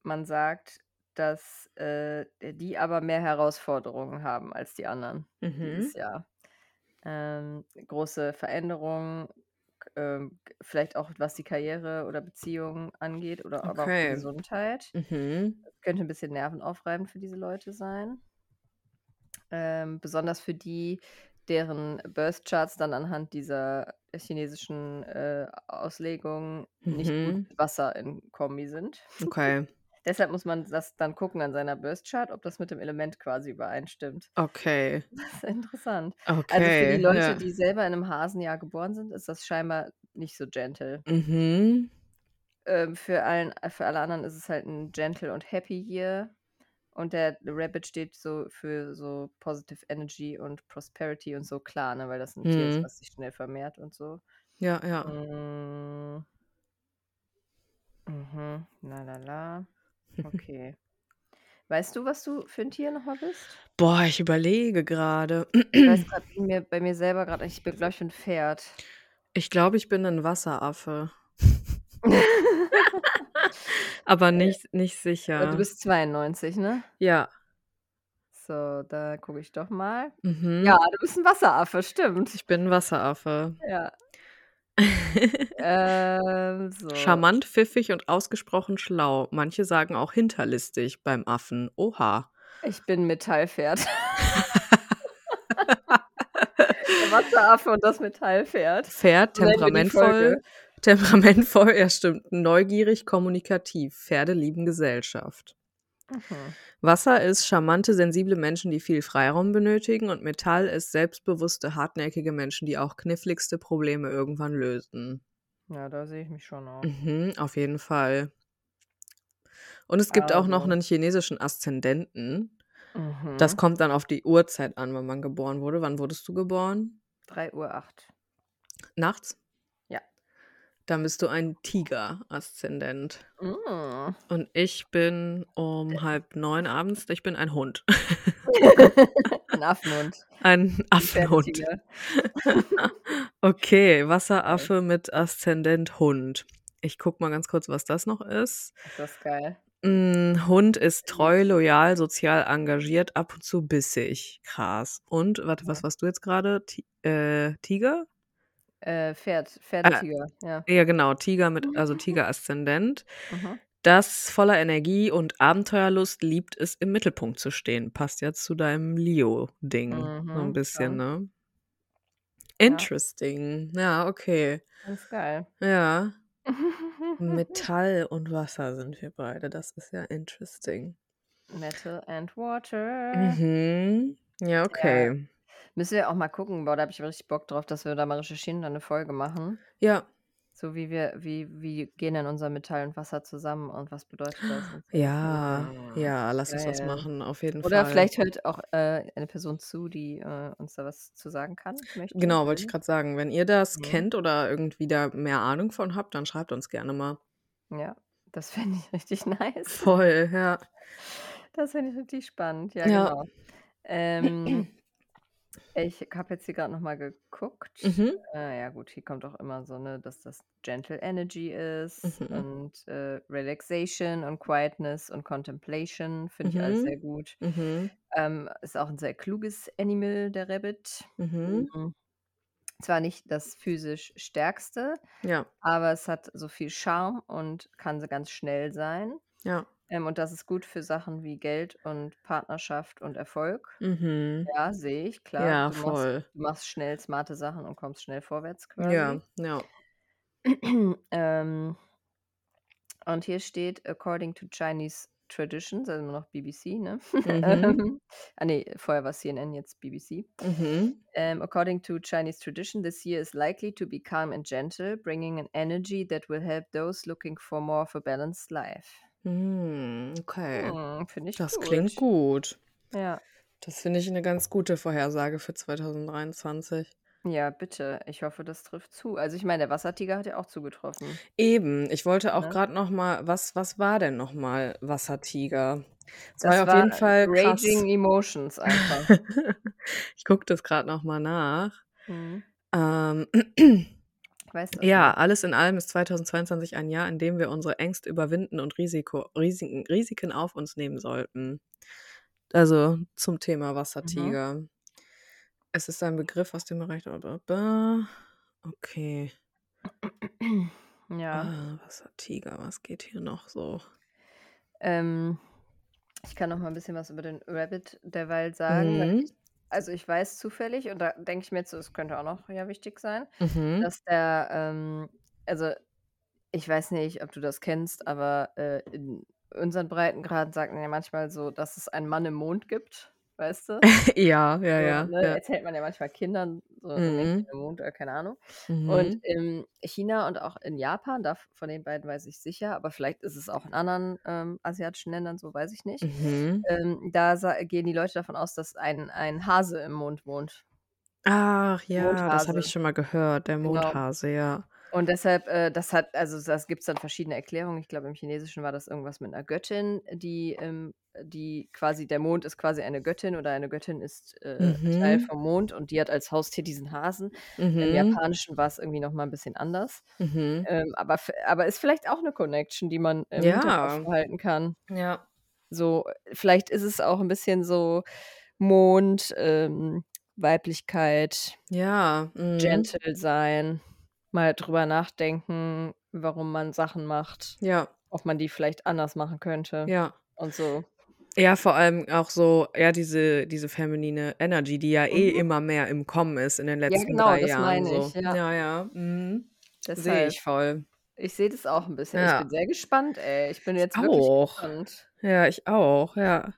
Speaker 1: man sagt, dass äh, die aber mehr Herausforderungen haben als die anderen dieses
Speaker 2: Mhm.
Speaker 1: Jahr. Ähm, große Veränderungen, k- ähm, k- vielleicht auch was die Karriere oder Beziehungen angeht oder aber auch die
Speaker 2: Okay.
Speaker 1: Gesundheit.
Speaker 2: Mhm.
Speaker 1: Könnte ein bisschen nervenaufreibend für diese Leute sein. ähm, besonders für die, deren Birthcharts dann anhand dieser chinesischen äh, Auslegung nicht
Speaker 2: Mhm.
Speaker 1: gut mit Wasser in Kombi sind.
Speaker 2: Okay.
Speaker 1: Deshalb muss man das dann gucken an seiner Birthchart, ob das mit dem Element quasi übereinstimmt.
Speaker 2: Okay.
Speaker 1: Das ist interessant. Also für
Speaker 2: Okay.
Speaker 1: die Leute,
Speaker 2: ja.
Speaker 1: die selber in einem Hasenjahr geboren sind, ist das scheinbar nicht so gentle.
Speaker 2: Mhm.
Speaker 1: Ähm, für, allen, für alle anderen ist es halt ein gentle und happy Year. Und der Rabbit steht so für so Positive Energy und Prosperity und so klar, ne? weil das ein Tier ist,
Speaker 2: Mhm.
Speaker 1: was sich schnell vermehrt und so.
Speaker 2: Ja, ja. Oh.
Speaker 1: Mm, Mhm. Na la la. Okay. Weißt du, was du für ein Tier nochmal bist?
Speaker 2: Boah, ich überlege gerade.
Speaker 1: Ich weiß gerade mir, bei mir selber gerade, ich bin, glaube ich, bin Pferd.
Speaker 2: Ich glaube, ich bin ein Wasseraffe. Aber nicht, nicht
Speaker 1: Aber du
Speaker 2: sicher.
Speaker 1: bist 92, ne?
Speaker 2: Ja.
Speaker 1: So, da gucke ich doch mal.
Speaker 2: Mhm.
Speaker 1: Ja, du bist ein Wasseraffe, stimmt.
Speaker 2: Ich bin ein Wasseraffe.
Speaker 1: Ja. Ähm, so.
Speaker 2: Charmant, pfiffig und ausgesprochen schlau. Manche sagen auch hinterlistig beim Affen. Oha.
Speaker 1: Ich bin Metallpferd. Der Wasseraffe und das Metallpferd.
Speaker 2: Pferd,
Speaker 1: So nennen wir die Folge.
Speaker 2: temperamentvoll, temperamentvoll, ja stimmt, neugierig, kommunikativ. Pferde lieben Gesellschaft.
Speaker 1: Mhm.
Speaker 2: Wasser ist charmante, sensible Menschen, die viel Freiraum benötigen und Metall ist selbstbewusste, hartnäckige Menschen, die auch kniffligste Probleme irgendwann lösen.
Speaker 1: Ja, da sehe ich mich schon auch.
Speaker 2: Mhm, auf jeden Fall. Und es gibt auch noch
Speaker 1: Also.
Speaker 2: einen chinesischen Aszendenten. Das
Speaker 1: Mhm.
Speaker 2: kommt dann auf die Uhrzeit an, wann man geboren wurde. Wann wurdest du geboren?
Speaker 1: 3 Uhr 8.
Speaker 2: Nachts?
Speaker 1: Ja.
Speaker 2: Dann bist du ein Tiger-Aszendent.
Speaker 1: Mm.
Speaker 2: Und ich bin
Speaker 1: Äh.
Speaker 2: um halb neun abends, ich bin ein Hund.
Speaker 1: Ein Affenhund.
Speaker 2: Ein
Speaker 1: Ein
Speaker 2: Affenhund.
Speaker 1: Pferdetiger.
Speaker 2: Okay,
Speaker 1: Geil.
Speaker 2: Wasseraffe mit Aszendent Hund. Ich guck mal ganz kurz, was das noch ist.
Speaker 1: Ist das geil.
Speaker 2: Mm, Hund ist treu,
Speaker 1: Gut.
Speaker 2: loyal, sozial engagiert, ab und zu bissig. Krass. Und, warte,
Speaker 1: Ja.
Speaker 2: was warst du jetzt gerade? Ti äh, Tiger?
Speaker 1: Äh, Pferd,
Speaker 2: Ah,
Speaker 1: Pferdetiger, ja.
Speaker 2: ja, genau, Tiger mit, also Tiger-Aszendent.
Speaker 1: Mhm.
Speaker 2: Das voller Energie und Abenteuerlust liebt es, im Mittelpunkt zu stehen. Passt ja zu deinem Leo-Ding. So ein
Speaker 1: Mhm, schon.
Speaker 2: bisschen, ne?
Speaker 1: Ja,
Speaker 2: Interesting. Ja, okay.
Speaker 1: ganz geil.
Speaker 2: Ja. Metall und Wasser sind wir beide. Das ist ja interesting.
Speaker 1: Metal and Water.
Speaker 2: Mhm. Ja,
Speaker 1: Ja.
Speaker 2: okay.
Speaker 1: Müssen wir auch mal gucken, boah, da habe ich richtig Bock drauf, dass wir da mal recherchieren und dann eine Folge machen.
Speaker 2: Ja.
Speaker 1: So wie wir, wie, wie gehen denn unser Metall und Wasser zusammen und was bedeutet das und so.
Speaker 2: Ja.
Speaker 1: Mm,
Speaker 2: Ja, lass uns das
Speaker 1: Geil.
Speaker 2: machen, auf jeden
Speaker 1: Oder
Speaker 2: Fall.
Speaker 1: vielleicht hört auch äh, eine Person zu, die äh, uns da was zu sagen kann, möchte. Mhm.
Speaker 2: Genau, wollte ich
Speaker 1: will.
Speaker 2: gerade sagen. Wenn ihr das
Speaker 1: Mhm.
Speaker 2: kennt oder irgendwie da mehr Ahnung von habt, dann schreibt uns gerne mal.
Speaker 1: Ja, das fände ich richtig nice.
Speaker 2: Voll, ja.
Speaker 1: Das finde ich richtig spannend. Ja,
Speaker 2: Ja.
Speaker 1: genau. Ähm, ich habe jetzt hier gerade nochmal geguckt.
Speaker 2: Mhm.
Speaker 1: Äh, ja, gut, hier kommt auch immer so, ne, dass das Gentle Energy ist
Speaker 2: Mhm.
Speaker 1: und äh, Relaxation und Quietness und Contemplation finde ich alles
Speaker 2: Mhm.
Speaker 1: sehr gut.
Speaker 2: Mhm.
Speaker 1: Ähm, ist auch ein sehr kluges Animal, der Rabbit.
Speaker 2: Mhm.
Speaker 1: Mhm. Zwar nicht das physisch stärkste,
Speaker 2: Ja,
Speaker 1: aber es hat so viel Charme und kann so ganz schnell sein.
Speaker 2: ja.
Speaker 1: Ähm, und das ist gut für Sachen wie Geld und Partnerschaft und Erfolg.
Speaker 2: Mhm.
Speaker 1: Ja, sehe ich, klar.
Speaker 2: Ja,
Speaker 1: Du machst,
Speaker 2: voll.
Speaker 1: du machst schnell smarte Sachen und kommst schnell vorwärts
Speaker 2: Ja,
Speaker 1: quasi.
Speaker 2: ja.
Speaker 1: ähm, und hier steht, according to Chinese Traditions, also immer noch BBC, ne?
Speaker 2: Mhm.
Speaker 1: Ähm, ah nee, vorher war CNN, jetzt BBC.
Speaker 2: Mhm.
Speaker 1: Um, according to Chinese tradition, this year is likely to be calm and gentle, bringing an energy that will help those looking for more of a balanced life.
Speaker 2: Mhm. Okay.
Speaker 1: Hm, finde ich
Speaker 2: Das klingt
Speaker 1: gut.
Speaker 2: gut.
Speaker 1: Ja.
Speaker 2: Das finde ich eine ganz gute Vorhersage für 2023.
Speaker 1: Ja, bitte. Ich hoffe, das trifft zu. Also ich meine, der Wassertiger hat ja auch zugetroffen.
Speaker 2: Eben, ich wollte auch
Speaker 1: Ne?
Speaker 2: gerade noch mal, was was war denn noch mal Wassertiger? Es war ja
Speaker 1: Das
Speaker 2: auf
Speaker 1: war
Speaker 2: jeden Fall krass.
Speaker 1: Raging Emotions einfach.
Speaker 2: Ich gucke das gerade noch mal nach.
Speaker 1: Hm.
Speaker 2: Ähm,
Speaker 1: Ich weiß das
Speaker 2: Ja,
Speaker 1: noch.
Speaker 2: alles in allem ist 2022 ein Jahr, in dem wir unsere Ängste überwinden und Risiko, Risiken, Risiken auf uns nehmen sollten. Also zum Thema
Speaker 1: Mhm.
Speaker 2: Wassertiger. Es ist ein Begriff aus dem Bereich. Okay.
Speaker 1: Ja.
Speaker 2: Ah, Wassertiger, was geht hier noch so?
Speaker 1: Ähm, ich kann noch mal ein bisschen was über den Rabbit derweil sagen.
Speaker 2: Mhm.
Speaker 1: also ich weiß zufällig, und da denke ich mir jetzt, so, es könnte auch noch ja wichtig sein,
Speaker 2: Mhm.
Speaker 1: dass der, ähm, also ich weiß nicht, ob du das kennst, aber äh, in unseren Breitengraden sagt man ja manchmal so, dass es einen Mann im Mond gibt, weißt du?
Speaker 2: Ja, ja,
Speaker 1: So,
Speaker 2: ja.
Speaker 1: ne,
Speaker 2: ja.
Speaker 1: Erzählt man ja manchmal Kindern, so
Speaker 2: Mhm.
Speaker 1: mhm. im Mond oder keine Ahnung.
Speaker 2: Mhm.
Speaker 1: Und in China und auch in Japan, da, von den beiden weiß ich sicher, aber vielleicht ist es auch in anderen ähm, asiatischen Ländern so, weiß ich nicht.
Speaker 2: Mhm.
Speaker 1: Ähm, da sa- gehen die Leute davon aus, dass ein, ein Hase im Mond wohnt.
Speaker 2: Ach ja, das habe ich
Speaker 1: Mondhase.
Speaker 2: schon mal gehört, der
Speaker 1: Genau.
Speaker 2: Mondhase, ja.
Speaker 1: Und deshalb, äh, das hat, also das gibt es dann verschiedene Erklärungen. Ich glaube, im Chinesischen war das irgendwas mit einer Göttin, die, ähm, die quasi, der Mond ist quasi eine Göttin oder eine Göttin ist äh, Teil
Speaker 2: Mhm.
Speaker 1: vom Mond und die hat als Haustier diesen Hasen. Im
Speaker 2: Mhm.
Speaker 1: Japanischen war es irgendwie nochmal ein bisschen anders.
Speaker 2: Mhm.
Speaker 1: Ähm, aber, f- aber ist vielleicht auch eine Connection, die man im Hinterkopf
Speaker 2: Ja.
Speaker 1: behalten kann.
Speaker 2: Ja.
Speaker 1: So, vielleicht ist es auch ein bisschen so Mond, ähm, Weiblichkeit,
Speaker 2: Ja. Mhm.
Speaker 1: gentle sein, mal drüber nachdenken, warum man Sachen macht,
Speaker 2: Ja.
Speaker 1: ob man die vielleicht anders machen könnte
Speaker 2: Ja.
Speaker 1: und so.
Speaker 2: Ja, vor allem auch so, ja, diese, diese feminine Energy, die ja eh
Speaker 1: Mhm.
Speaker 2: immer mehr im Kommen ist in den
Speaker 1: Ja,
Speaker 2: letzten
Speaker 1: genau,
Speaker 2: drei
Speaker 1: das
Speaker 2: Jahren.
Speaker 1: meine ich,
Speaker 2: So,
Speaker 1: ja.
Speaker 2: ja, ja, mhm. sehe
Speaker 1: Deshalb,
Speaker 2: ich voll.
Speaker 1: ich sehe das auch ein bisschen. Ich
Speaker 2: Ja,
Speaker 1: bin sehr gespannt, ey. Ich bin
Speaker 2: ich
Speaker 1: jetzt wirklich
Speaker 2: auch.
Speaker 1: gespannt.
Speaker 2: Ja, ich auch, ja.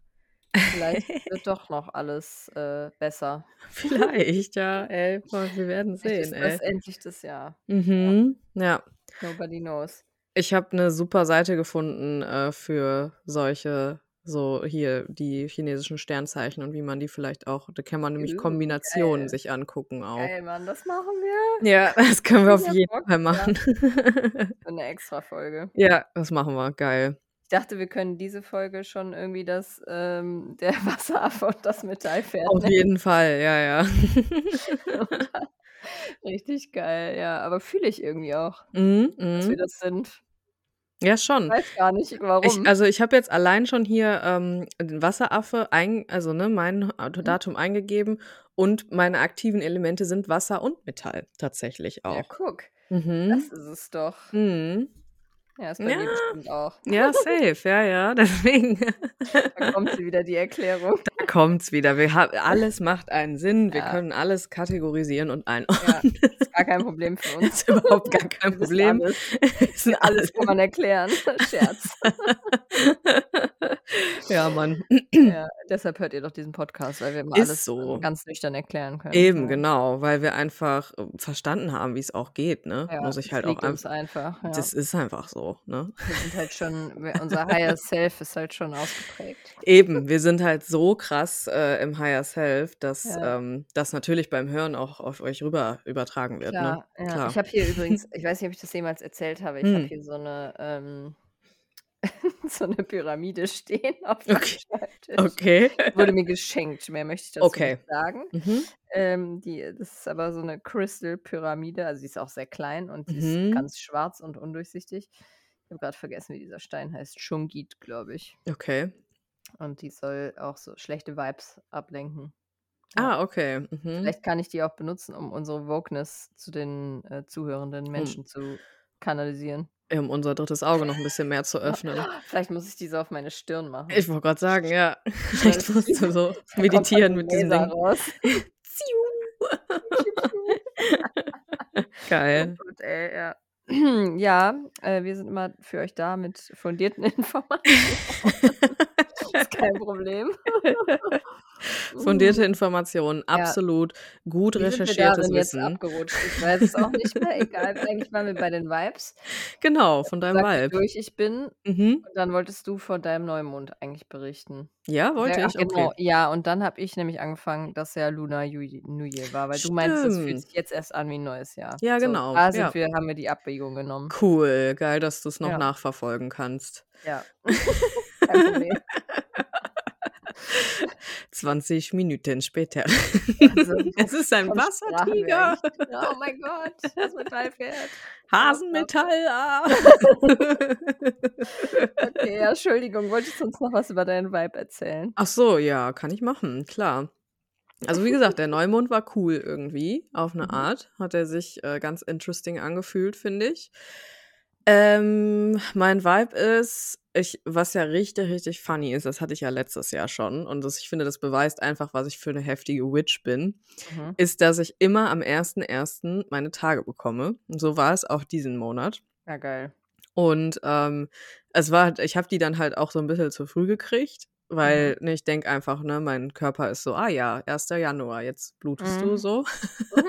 Speaker 1: Vielleicht wird doch noch alles äh, besser.
Speaker 2: Vielleicht, ja, ey, voll, wir werden
Speaker 1: Vielleicht ist
Speaker 2: sehen,
Speaker 1: das
Speaker 2: ey.
Speaker 1: endlich das Jahr. Ja,
Speaker 2: Mhm, ja.
Speaker 1: nobody knows.
Speaker 2: Ich habe eine super Seite gefunden äh, für solche, so hier die chinesischen Sternzeichen und wie man die vielleicht auch, da kann man nämlich
Speaker 1: Uh,
Speaker 2: Kombinationen
Speaker 1: geil.
Speaker 2: sich angucken auch.
Speaker 1: Geil, Mann, das machen wir.
Speaker 2: Ja, das können wir auf
Speaker 1: Ich hab
Speaker 2: jeden
Speaker 1: Bock,
Speaker 2: Fall
Speaker 1: ja.
Speaker 2: machen.
Speaker 1: Für eine extra Folge.
Speaker 2: ja, das machen wir. Geil.
Speaker 1: Ich dachte, wir können diese Folge schon irgendwie das, ähm, der Wasseraffe und das Metallpferd
Speaker 2: Auf
Speaker 1: nennen.
Speaker 2: jeden Fall, ja, ja.
Speaker 1: Und dann- Richtig geil, ja. Aber fühle ich irgendwie auch,
Speaker 2: mhm,
Speaker 1: dass wir
Speaker 2: mhm.
Speaker 1: das sind.
Speaker 2: Ja, schon.
Speaker 1: Weiß gar nicht,
Speaker 2: Ich,
Speaker 1: warum.
Speaker 2: also ich habe jetzt allein schon hier ähm, den Wasseraffe, ein, also ne, mein
Speaker 1: Mhm.
Speaker 2: Datum eingegeben und meine aktiven Elemente sind Wasser und Metall tatsächlich
Speaker 1: Ja,
Speaker 2: auch.
Speaker 1: guck. Das
Speaker 2: Mhm.
Speaker 1: ist es doch.
Speaker 2: Mhm.
Speaker 1: Ja, ist bei
Speaker 2: Ja,
Speaker 1: mir bestimmt auch.
Speaker 2: ja, safe, ja, ja, deswegen.
Speaker 1: Da kommt sie wieder, die Erklärung.
Speaker 2: Da kommt's wieder. Wir haben alles macht einen Sinn. Wir
Speaker 1: Ja,
Speaker 2: können alles kategorisieren und
Speaker 1: ja.
Speaker 2: einordnen.
Speaker 1: Ist gar kein Problem für uns.
Speaker 2: ist überhaupt gar kein
Speaker 1: Wir wissen
Speaker 2: Problem.
Speaker 1: alles.
Speaker 2: Ist ein
Speaker 1: Alles
Speaker 2: alles.
Speaker 1: kann man erklären. Scherz.
Speaker 2: ja, Mann.
Speaker 1: Ja, deshalb hört ihr doch diesen Podcast, weil wir immer
Speaker 2: Ist
Speaker 1: alles ähm,
Speaker 2: so.
Speaker 1: ganz nüchtern erklären können.
Speaker 2: Eben, genau, weil wir einfach äh, verstanden haben, wie es auch geht, ne?
Speaker 1: Ja, ja
Speaker 2: Muss ich
Speaker 1: es
Speaker 2: halt auch
Speaker 1: liegt uns
Speaker 2: einfach.
Speaker 1: einfach, ja.
Speaker 2: Das ist einfach so, ne?
Speaker 1: Wir sind halt schon, wir, unser Higher Self ist halt schon ausgeprägt.
Speaker 2: Eben, wir sind halt so krass äh, im Higher Self, dass
Speaker 1: Ja,
Speaker 2: ähm, das natürlich beim Hören auch auf euch rüber übertragen wird, ne?
Speaker 1: klar. Ja. Ich
Speaker 2: Klar.
Speaker 1: habe hier übrigens, ich weiß nicht, ob ich das jemals erzählt habe, ich habe
Speaker 2: Hm.
Speaker 1: hier so eine, ähm, so eine Pyramide stehen auf meinem
Speaker 2: Okay.
Speaker 1: Schreibtisch.
Speaker 2: Okay.
Speaker 1: Die wurde mir geschenkt, mehr möchte ich dazu
Speaker 2: Okay.
Speaker 1: nicht sagen.
Speaker 2: Mhm.
Speaker 1: Ähm, die, das ist aber so eine Crystal-Pyramide, also die ist auch sehr klein und sie ist
Speaker 2: Mhm.
Speaker 1: ganz schwarz und undurchsichtig. Ich habe gerade vergessen, wie dieser Stein heißt. Shungit, glaube ich.
Speaker 2: Okay.
Speaker 1: Und die soll auch so schlechte Vibes ablenken. Ja.
Speaker 2: Ah, okay. Mhm.
Speaker 1: Vielleicht kann ich die auch benutzen, um unsere Wokeness zu den äh, zuhörenden
Speaker 2: Um,
Speaker 1: Menschen zu kanalisieren.
Speaker 2: um unser drittes Auge noch ein bisschen mehr zu öffnen.
Speaker 1: Vielleicht muss ich diese auf meine Stirn machen.
Speaker 2: Ich wollte gerade sagen, ja.
Speaker 1: Dann
Speaker 2: Vielleicht
Speaker 1: ist die,
Speaker 2: musst du
Speaker 1: da kommt halt
Speaker 2: so
Speaker 1: dann so
Speaker 2: meditieren
Speaker 1: ein
Speaker 2: mit diesem
Speaker 1: Laser
Speaker 2: Ding.
Speaker 1: raus. Piu,
Speaker 2: Ziu.
Speaker 1: piu. Oh
Speaker 2: Geil.
Speaker 1: Gott, ey, ja. Ja, äh, wir sind immer für euch da mit fundierten Informationen. Ist kein Problem.
Speaker 2: Fundierte Informationen,
Speaker 1: Mhm. Ja,
Speaker 2: absolut gut
Speaker 1: wie sind wir
Speaker 2: recherchiertes
Speaker 1: darin jetzt
Speaker 2: Wissen.
Speaker 1: abgerutscht? Ich weiß es auch nicht mehr. Egal, eigentlich waren wir bei den Vibes.
Speaker 2: genau,
Speaker 1: Ich habe
Speaker 2: von deinem
Speaker 1: gesagt, wie
Speaker 2: Vibe.
Speaker 1: durch ich bin.
Speaker 2: Mhm.
Speaker 1: Und dann wolltest du von deinem Neumond eigentlich berichten.
Speaker 2: Ja,
Speaker 1: Sehr-
Speaker 2: wollte
Speaker 1: Ach
Speaker 2: ich?
Speaker 1: genau,
Speaker 2: Okay.
Speaker 1: ja. Und dann habe ich nämlich angefangen, dass ja Luna Ju- New Year war, weil du meintest, es fühlt
Speaker 2: Stimmt.
Speaker 1: sich jetzt erst an wie ein neues Jahr.
Speaker 2: Ja,
Speaker 1: So,
Speaker 2: genau.
Speaker 1: da sind
Speaker 2: Ja.
Speaker 1: wir, haben wir die Abbiegung genommen.
Speaker 2: Cool. Geil, dass du es noch
Speaker 1: Ja,
Speaker 2: nachverfolgen kannst.
Speaker 1: ja. Kein Problem.
Speaker 2: 20 Minuten später.
Speaker 1: Also, wo
Speaker 2: es ist ein
Speaker 1: komm, sprachen wir
Speaker 2: Wassertiger.
Speaker 1: eigentlich? Oh mein Gott, das Metallpferd. Ernsthaft?
Speaker 2: Hasenmetall. Ah.
Speaker 1: Okay, ja, Entschuldigung, wolltest du uns noch was über deinen Vibe erzählen?
Speaker 2: Ach so, ja, kann ich machen, klar. Also wie gesagt, der Neumond war cool irgendwie, auf eine
Speaker 1: Mhm.
Speaker 2: Art. Hat er sich äh, ganz interesting angefühlt, finde ich. Ähm, mein Vibe ist, ich, was ja richtig, richtig funny ist, das hatte ich ja letztes Jahr schon und das, ich finde, das beweist einfach, was ich für eine heftige Witch bin,
Speaker 1: Mhm.
Speaker 2: ist, dass ich immer am 1.1. meine Tage bekomme. Und so war es auch diesen Monat.
Speaker 1: Ja, geil.
Speaker 2: Und ähm, es war, ich habe die dann halt auch so ein bisschen zu früh gekriegt,
Speaker 1: Mhm.
Speaker 2: weil ne, ich denk einfach, ne, mein Körper ist so, ah ja, 1. Januar, jetzt blutest
Speaker 1: Mhm.
Speaker 2: du so.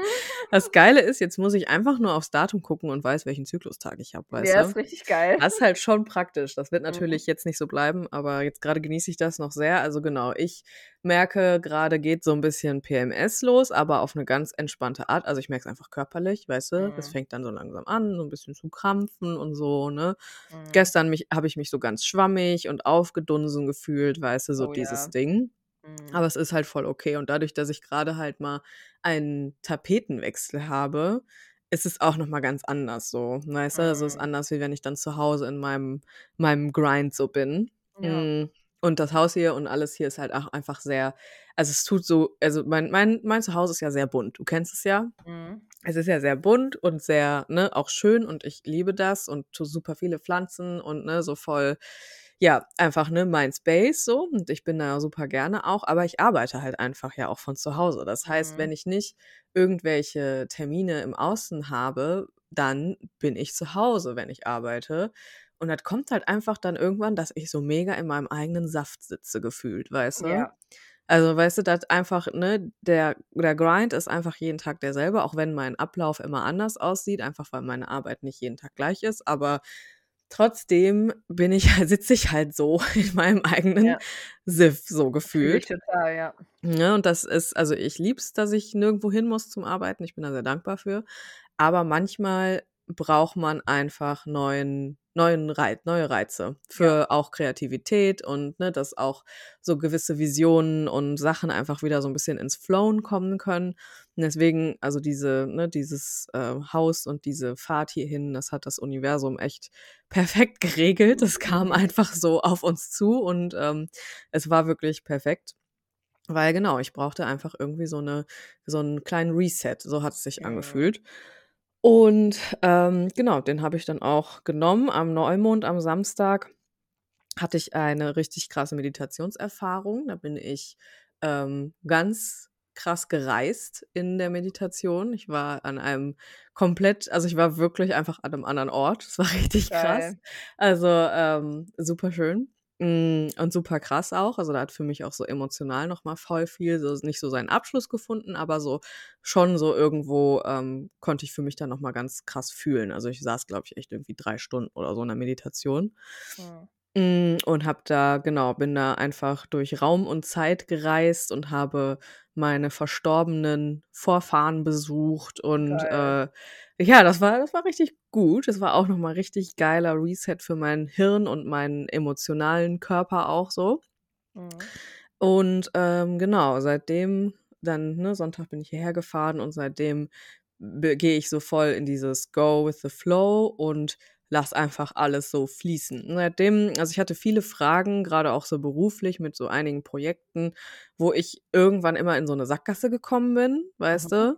Speaker 2: Das Geile ist, jetzt muss ich einfach nur aufs Datum gucken und weiß, welchen Zyklustag ich habe, weißt
Speaker 1: ja,
Speaker 2: du?
Speaker 1: ist richtig geil.
Speaker 2: Das ist halt schon praktisch. Das wird
Speaker 1: Mhm.
Speaker 2: natürlich jetzt nicht so bleiben, aber jetzt gerade genieße ich das noch sehr. Also genau, ich merke gerade geht so ein bisschen PMS los, aber auf eine ganz entspannte Art. Also ich merke es einfach körperlich, weißt du? Das
Speaker 1: Mhm.
Speaker 2: fängt dann so langsam an, so ein bisschen zu krampfen und so, ne?
Speaker 1: Mhm.
Speaker 2: Gestern mich, habe ich mich so ganz schwammig und aufgedunsen gefühlt, weißt du, so
Speaker 1: Oh
Speaker 2: dieses
Speaker 1: ja.
Speaker 2: Ding.
Speaker 1: Mhm.
Speaker 2: Aber es ist halt voll okay. Und dadurch, dass ich gerade halt mal einen Tapetenwechsel habe, ist es auch nochmal ganz anders so. Weißt du, also es ist
Speaker 1: Mhm.
Speaker 2: anders, wie wenn ich dann zu Hause in meinem, meinem Grind so bin.
Speaker 1: Ja.
Speaker 2: Mm. Und das Haus hier und alles hier ist halt auch einfach sehr, also es tut so, also mein, mein, mein Zuhause ist ja sehr bunt. Du kennst es ja
Speaker 1: Mhm.
Speaker 2: es ist ja sehr bunt und sehr, ne, auch schön und ich liebe das und tu super viele Pflanzen und ne, so voll, ja, einfach, ne, mein Space so und ich bin da super gerne auch, aber ich arbeite halt einfach ja auch von zu Hause. Das heißt, wenn
Speaker 1: Mhm.
Speaker 2: ich nicht irgendwelche Termine im Außen habe, dann bin ich zu Hause, wenn ich arbeite. Und das kommt halt einfach dann irgendwann, dass ich so mega in meinem eigenen Saft sitze gefühlt, weißt du?
Speaker 1: Ja.
Speaker 2: Also, weißt du, das einfach, ne, der, der Grind ist einfach jeden Tag derselbe, auch wenn mein Ablauf immer anders aussieht, einfach weil meine Arbeit nicht jeden Tag gleich ist, aber trotzdem bin ich, sitze ich halt so in meinem eigenen
Speaker 1: Ja.
Speaker 2: Siff, so
Speaker 1: Fühle ich
Speaker 2: gefühlt.
Speaker 1: total, ja.
Speaker 2: Ne, und das ist, also ich lieb's, dass ich nirgendwo hin muss zum Arbeiten, ich bin da sehr dankbar für, aber manchmal braucht man einfach neuen, neuen Reiz, neue Reize
Speaker 1: Ja.
Speaker 2: für auch Kreativität und ne, dass auch so gewisse Visionen und Sachen einfach wieder so ein bisschen ins Flown kommen können. Und deswegen, also diese, ne, dieses äh, Haus und diese Fahrt hierhin, das hat das Universum echt perfekt geregelt. Das kam einfach so auf uns zu und ähm, es war wirklich perfekt. Weil genau, ich brauchte einfach irgendwie so, eine, so einen kleinen Reset, so hat es sich
Speaker 1: Mhm.
Speaker 2: angefühlt. Und ähm, genau, den habe ich dann auch genommen. Am Neumond, am Samstag, hatte ich eine richtig krasse Meditationserfahrung. Da bin ich ähm, ganz krass gereist in der Meditation. Ich war an einem komplett, also ich war wirklich einfach an einem anderen Ort. Es war richtig krass.
Speaker 1: Geil.
Speaker 2: Also ähm, super schön. Mm, Und super krass auch. Also da hat für mich auch so emotional nochmal voll viel, so nicht so seinen Abschluss gefunden, aber so schon so irgendwo ähm, konnte ich für mich dann nochmal ganz krass fühlen. Also ich saß, glaube ich, echt irgendwie drei Stunden oder so in der Meditation.
Speaker 1: Mhm.
Speaker 2: Mm, Und hab da, genau, bin da einfach durch Raum und Zeit gereist und habe meine verstorbenen Vorfahren besucht. Und
Speaker 1: Geil.
Speaker 2: äh, ja, das war, das war richtig gut. Das war auch nochmal richtig geiler Reset für mein Hirn und meinen emotionalen Körper auch so.
Speaker 1: Mhm.
Speaker 2: Und ähm, genau, seitdem, dann, ne, Sonntag bin ich hierher gefahren und seitdem be- gehe ich so voll in dieses Go with the Flow und lass einfach alles so fließen. Und Seitdem, also ich hatte viele Fragen, gerade auch so beruflich mit so einigen Projekten, wo ich irgendwann immer in so eine Sackgasse gekommen bin, weißt
Speaker 1: Mhm.
Speaker 2: du?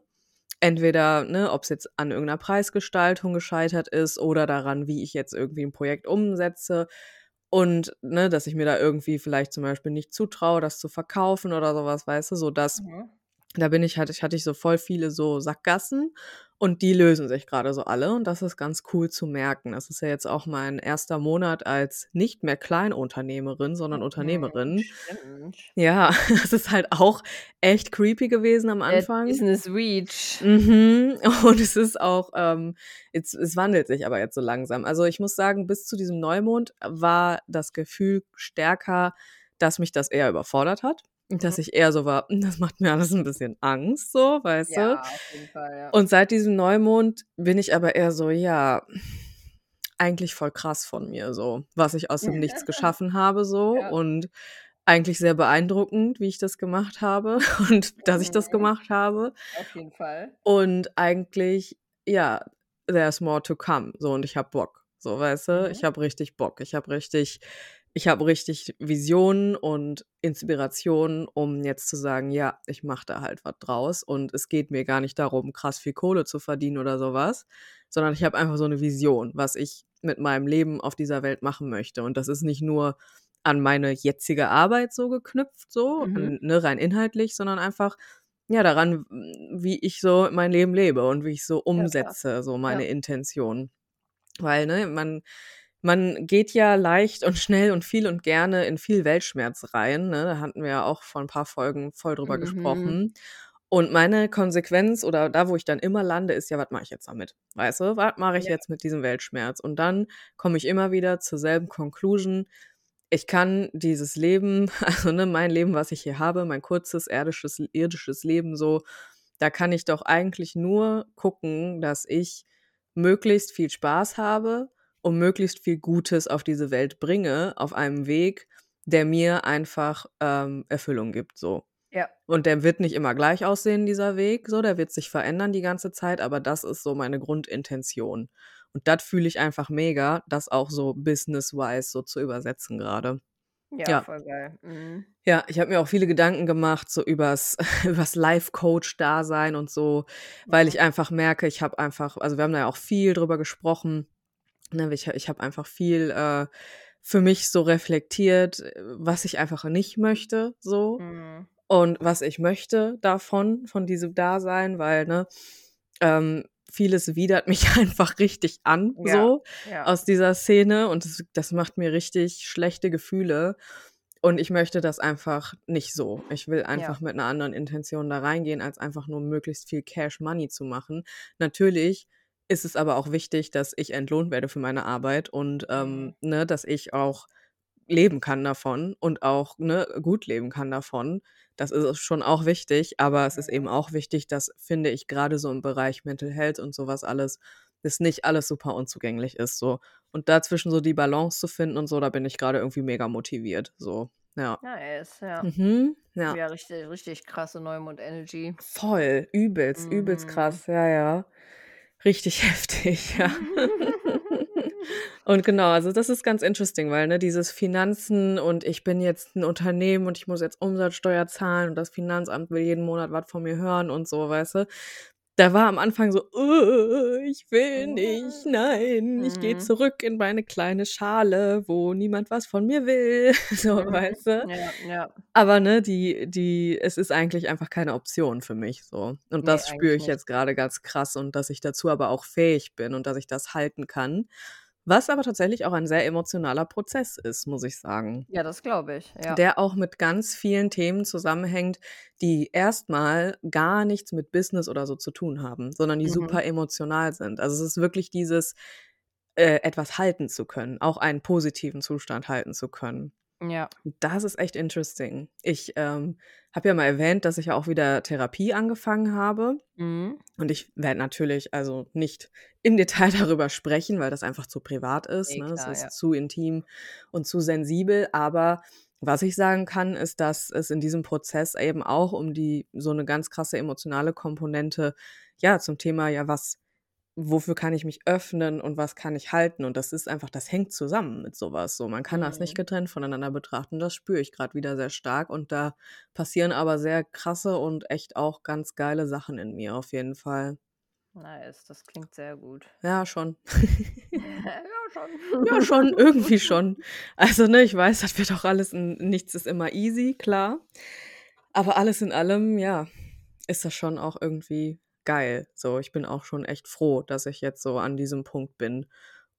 Speaker 2: entweder, ne, ob es jetzt an irgendeiner Preisgestaltung gescheitert ist oder daran, wie ich jetzt irgendwie ein Projekt umsetze und ne, dass ich mir da irgendwie vielleicht zum Beispiel nicht zutraue, das zu verkaufen oder sowas, weißt du, so dass
Speaker 1: Mhm.
Speaker 2: da bin ich, hatte ich, hatte ich so voll viele so Sackgassen und die lösen sich gerade so alle und das ist ganz cool zu merken. Das ist ja jetzt auch mein erster Monat als nicht mehr Kleinunternehmerin, sondern
Speaker 1: Mhm.
Speaker 2: Unternehmerin.
Speaker 1: Stimmt.
Speaker 2: Ja, das ist halt auch echt creepy gewesen am
Speaker 1: Der
Speaker 2: Anfang.
Speaker 1: Business Reach.
Speaker 2: Mhm. Und es ist auch, ähm, jetzt, es wandelt sich aber jetzt so langsam. Also ich muss sagen, bis zu diesem Neumond war das Gefühl stärker, dass mich das eher überfordert hat. Und
Speaker 1: Mhm.
Speaker 2: dass ich eher so war, "Hm, das macht mir alles ein bisschen Angst, so, weißt du?
Speaker 1: Ja, auf jeden Fall, ja.
Speaker 2: Und seit diesem Neumond bin ich aber eher so, ja, eigentlich voll krass von mir, so, was ich aus dem Nichts geschaffen habe, so.
Speaker 1: ja.
Speaker 2: Und eigentlich sehr beeindruckend, wie ich das gemacht habe und dass ich das
Speaker 1: Mhm.
Speaker 2: gemacht habe.
Speaker 1: Auf jeden Fall.
Speaker 2: Und eigentlich, ja, there's more to come. So, und ich hab Bock. So, weißt du, ich
Speaker 1: Mhm.
Speaker 2: hab richtig Bock. Ich hab richtig ich habe richtig Visionen und Inspirationen, um jetzt zu sagen, ja, ich mache da halt was draus. Und es geht mir gar nicht darum, krass viel Kohle zu verdienen oder sowas, sondern ich habe einfach so eine Vision, was ich mit meinem Leben auf dieser Welt machen möchte. Und das ist nicht nur an meine jetzige Arbeit so geknüpft, so
Speaker 1: Mhm.
Speaker 2: ne, rein inhaltlich, sondern einfach ja daran, wie ich so mein Leben lebe und wie ich so
Speaker 1: Ja, klar.
Speaker 2: umsetze, so meine
Speaker 1: Ja.
Speaker 2: Intention. Weil ne, man man geht ja leicht und schnell und viel und gerne in viel Weltschmerz rein. Ne? Da hatten wir ja auch vor ein paar Folgen voll drüber
Speaker 1: Mhm.
Speaker 2: gesprochen. Und meine Konsequenz oder da, wo ich dann immer lande, ist ja, was mache ich jetzt damit? Weißt du, was mache ich
Speaker 1: Ja.
Speaker 2: jetzt mit diesem Weltschmerz? Und dann komme ich immer wieder zur selben Conclusion. Ich kann dieses Leben, also ne, mein Leben, was ich hier habe, mein kurzes irdisches, irdisches Leben so, da kann ich doch eigentlich nur gucken, dass ich möglichst viel Spaß habe und möglichst viel Gutes auf diese Welt bringe, auf einem Weg, der mir einfach ähm, Erfüllung gibt, so.
Speaker 1: Ja.
Speaker 2: Und der wird nicht immer gleich aussehen, dieser Weg, so, der wird sich verändern die ganze Zeit, aber das ist so meine Grundintention. Und das fühle ich einfach mega, das auch so business-wise so zu übersetzen gerade.
Speaker 1: Ja,
Speaker 2: Ja,
Speaker 1: voll geil. Mhm.
Speaker 2: ja, ich habe mir auch viele Gedanken gemacht, so übers, übers Life-Coach-Dasein und so, weil
Speaker 1: Mhm.
Speaker 2: ich einfach merke, ich habe einfach, also wir haben da ja auch viel drüber gesprochen, ne, ich, ich habe einfach viel äh, für mich so reflektiert, äh, was ich einfach nicht möchte, so
Speaker 1: Mhm.
Speaker 2: und was ich möchte davon, von diesem Dasein, weil, ne, ähm, vieles widert mich einfach richtig an,
Speaker 1: Ja,
Speaker 2: so
Speaker 1: ja.
Speaker 2: aus dieser Szene und das, das macht mir richtig schlechte Gefühle. Und ich möchte das einfach nicht so. Ich will
Speaker 1: Ja,
Speaker 2: einfach mit einer anderen Intention da reingehen, als einfach nur möglichst viel Cash Money zu machen. Natürlich ist es aber auch wichtig, dass ich entlohnt werde für meine Arbeit und ähm,
Speaker 1: mhm.
Speaker 2: ne, dass ich auch leben kann davon und auch ne, gut leben kann davon. Das ist schon auch wichtig, aber es ist eben auch wichtig, dass, finde ich, gerade so im Bereich Mental Health und sowas alles, dass nicht alles super unzugänglich ist. So. Und dazwischen so die Balance zu finden und so, da bin ich gerade irgendwie mega motiviert. So, ja.
Speaker 1: Nice, ja.
Speaker 2: Mhm. Ja.
Speaker 1: Ja, richtig, richtig krasse Neumond Energy.
Speaker 2: Voll, übelst, übelst
Speaker 1: Mhm.
Speaker 2: krass, ja, ja. Richtig heftig, ja. Und genau, also das ist ganz interesting, weil ne, dieses Finanzen und ich bin jetzt ein Unternehmen und ich muss jetzt Umsatzsteuer zahlen und das Finanzamt will jeden Monat was von mir hören und so, weißt du. Da war am Anfang so, "Äh, ich will nicht, nein, ich gehe
Speaker 1: Oh Mhm.
Speaker 2: zurück in meine kleine Schale, wo niemand was von mir will, so,
Speaker 1: Mhm.
Speaker 2: weißt du.
Speaker 1: Ja, ja.
Speaker 2: Aber ne, die, die, es ist eigentlich einfach keine Option für mich so. Und
Speaker 1: Nee,
Speaker 2: das spüre
Speaker 1: eigentlich
Speaker 2: ich
Speaker 1: nicht.
Speaker 2: jetzt gerade ganz krass und dass ich dazu aber auch fähig bin und dass ich das halten kann. Was aber tatsächlich auch ein sehr emotionaler Prozess ist, muss ich sagen.
Speaker 1: Ja, das glaube ich, ja.
Speaker 2: Der auch mit ganz vielen Themen zusammenhängt, die erstmal gar nichts mit Business oder so zu tun haben, sondern die
Speaker 1: Mhm.
Speaker 2: super emotional sind. Also es ist wirklich dieses, äh, etwas halten zu können, auch einen positiven Zustand halten zu können.
Speaker 1: Ja.
Speaker 2: Das ist echt interesting. Ich ähm, habe ja mal erwähnt, dass ich ja auch wieder Therapie angefangen habe.
Speaker 1: Mhm.
Speaker 2: Und ich werde natürlich also nicht im Detail darüber sprechen, weil das einfach zu privat ist.
Speaker 1: Nee,
Speaker 2: Ne? Es
Speaker 1: klar, ja.
Speaker 2: ist zu intim und zu sensibel. Aber was ich sagen kann, ist, dass es in diesem Prozess eben auch um die so eine ganz krasse emotionale Komponente, ja, zum Thema, ja, was wofür kann ich mich öffnen und was kann ich halten. Und das ist einfach, das hängt zusammen mit sowas. So, man kann das nicht
Speaker 1: Mhm.
Speaker 2: getrennt voneinander betrachten. Das spüre ich gerade wieder sehr stark. Und da passieren aber sehr krasse und echt auch ganz geile Sachen in mir, auf jeden Fall.
Speaker 1: Nice, das klingt sehr gut.
Speaker 2: Ja, schon.
Speaker 1: ja, schon.
Speaker 2: ja, schon, irgendwie schon. Also, ne, ich weiß, das wird auch alles, n- nichts ist immer easy, klar. Aber alles in allem, ja, ist das schon auch irgendwie geil. So, ich bin auch schon echt froh, dass ich jetzt so an diesem Punkt bin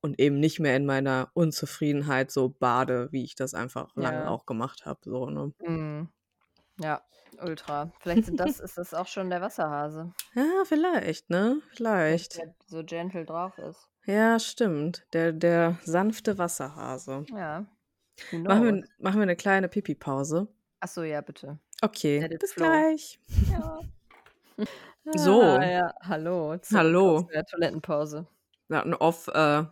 Speaker 2: und eben nicht mehr in meiner Unzufriedenheit so bade, wie ich das einfach lange
Speaker 1: ja.
Speaker 2: auch gemacht habe. So, ne?
Speaker 1: Mhm. Ja, ultra. Vielleicht sind das, ist das auch schon der Wasserhase,
Speaker 2: ja, vielleicht, ne?
Speaker 1: dass
Speaker 2: Vielleicht.
Speaker 1: der so gentle drauf ist.
Speaker 2: Ja, stimmt. Der, der sanfte Wasserhase.
Speaker 1: Ja, who
Speaker 2: Machen
Speaker 1: knows?
Speaker 2: wir, machen wir eine kleine Pipi-Pause.
Speaker 1: Achso, ja, bitte.
Speaker 2: Okay,
Speaker 1: Let it
Speaker 2: bis
Speaker 1: flow.
Speaker 2: gleich.
Speaker 1: Ja. Ah,
Speaker 2: So,
Speaker 1: ja, hallo, zurück aus
Speaker 2: hallo.
Speaker 1: der Toilettenpause.
Speaker 2: Wir hatten off äh,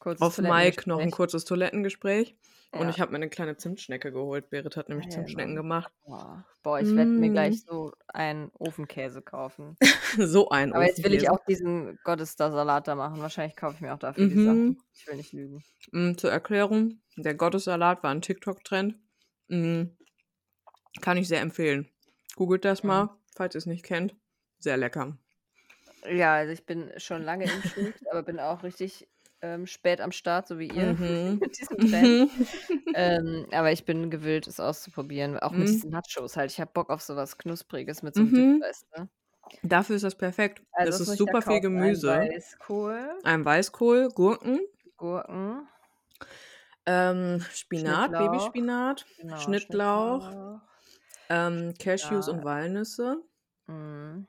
Speaker 1: kurzes
Speaker 2: auf Mike noch
Speaker 1: Toilettengespräch.
Speaker 2: ein kurzes Toilettengespräch. Und
Speaker 1: Ja.
Speaker 2: ich habe mir eine kleine Zimtschnecke geholt. Berit hat nämlich
Speaker 1: Geil,
Speaker 2: Zimtschnecken
Speaker 1: Mann.
Speaker 2: gemacht.
Speaker 1: Boah, Oh, Boah, ich werde mir
Speaker 2: Mm.
Speaker 1: gleich so einen Ofenkäse kaufen.
Speaker 2: so ein
Speaker 1: Aber jetzt will ich
Speaker 2: Ofenkäse.
Speaker 1: auch diesen Gottesda-Salat da machen. Wahrscheinlich kaufe ich mir auch dafür die
Speaker 2: Mhm.
Speaker 1: Sachen. Ich will nicht lügen.
Speaker 2: Mm, zur Erklärung, der Gottessalat war ein TikTok-Trend. Mm, kann ich sehr empfehlen. Googelt das
Speaker 1: Ja.
Speaker 2: mal, falls ihr es nicht kennt. Sehr lecker.
Speaker 1: Ja, also ich bin schon lange im Schnitt, aber bin auch richtig ähm, spät am Start, so wie ihr
Speaker 2: Mhm.
Speaker 1: mit diesem Trend. ähm, aber ich bin gewillt, es auszuprobieren. Auch
Speaker 2: Mhm.
Speaker 1: mit diesen Nachos halt. Ich habe Bock auf sowas Knuspriges mit so einem
Speaker 2: Mhm.
Speaker 1: Dip, weißt du?
Speaker 2: Dafür ist das perfekt.
Speaker 1: Also
Speaker 2: das
Speaker 1: muss
Speaker 2: ist
Speaker 1: ich da
Speaker 2: super viel
Speaker 1: kaufen. Ein
Speaker 2: Gemüse.
Speaker 1: Weißkohl,
Speaker 2: Ein Weißkohl, Gurken,
Speaker 1: Gurken,
Speaker 2: ähm, Spinat,
Speaker 1: Schnittlauch.
Speaker 2: Babyspinat,
Speaker 1: genau,
Speaker 2: Schnittlauch, ähm, Cashews
Speaker 1: Ja.
Speaker 2: und Walnüsse,
Speaker 1: Mhm.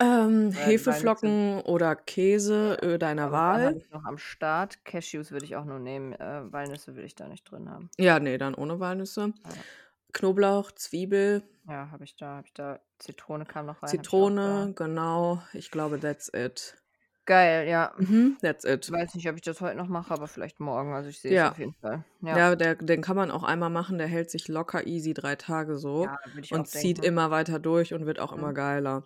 Speaker 2: ähm,
Speaker 1: Äh, Walnüsse.
Speaker 2: Hefeflocken oder Käse äh, deiner
Speaker 1: Wahl
Speaker 2: Wahl.
Speaker 1: habe ich noch am Start. Cashews würde ich auch nur nehmen. Äh, Walnüsse würde ich da nicht drin haben.
Speaker 2: Ja, nee, dann ohne Walnüsse.
Speaker 1: Ja.
Speaker 2: Knoblauch, Zwiebel,
Speaker 1: Ja, habe ich da, habe ich da. Zitrone kam noch rein. hab ich auch
Speaker 2: Zitrone, genau. Ich glaube, that's it.
Speaker 1: da. Geil, ja.
Speaker 2: Mhm, that's it.
Speaker 1: Ich weiß nicht, ob ich das heute noch mache, aber vielleicht morgen. Also ich sehe
Speaker 2: Ja.
Speaker 1: es auf jeden Fall. Ja,
Speaker 2: Ja, der, den kann man auch einmal machen. Der hält sich locker easy drei Tage so
Speaker 1: Ja, würde ich auch
Speaker 2: und zieht
Speaker 1: denken.
Speaker 2: immer weiter durch und wird auch
Speaker 1: Mhm.
Speaker 2: immer geiler.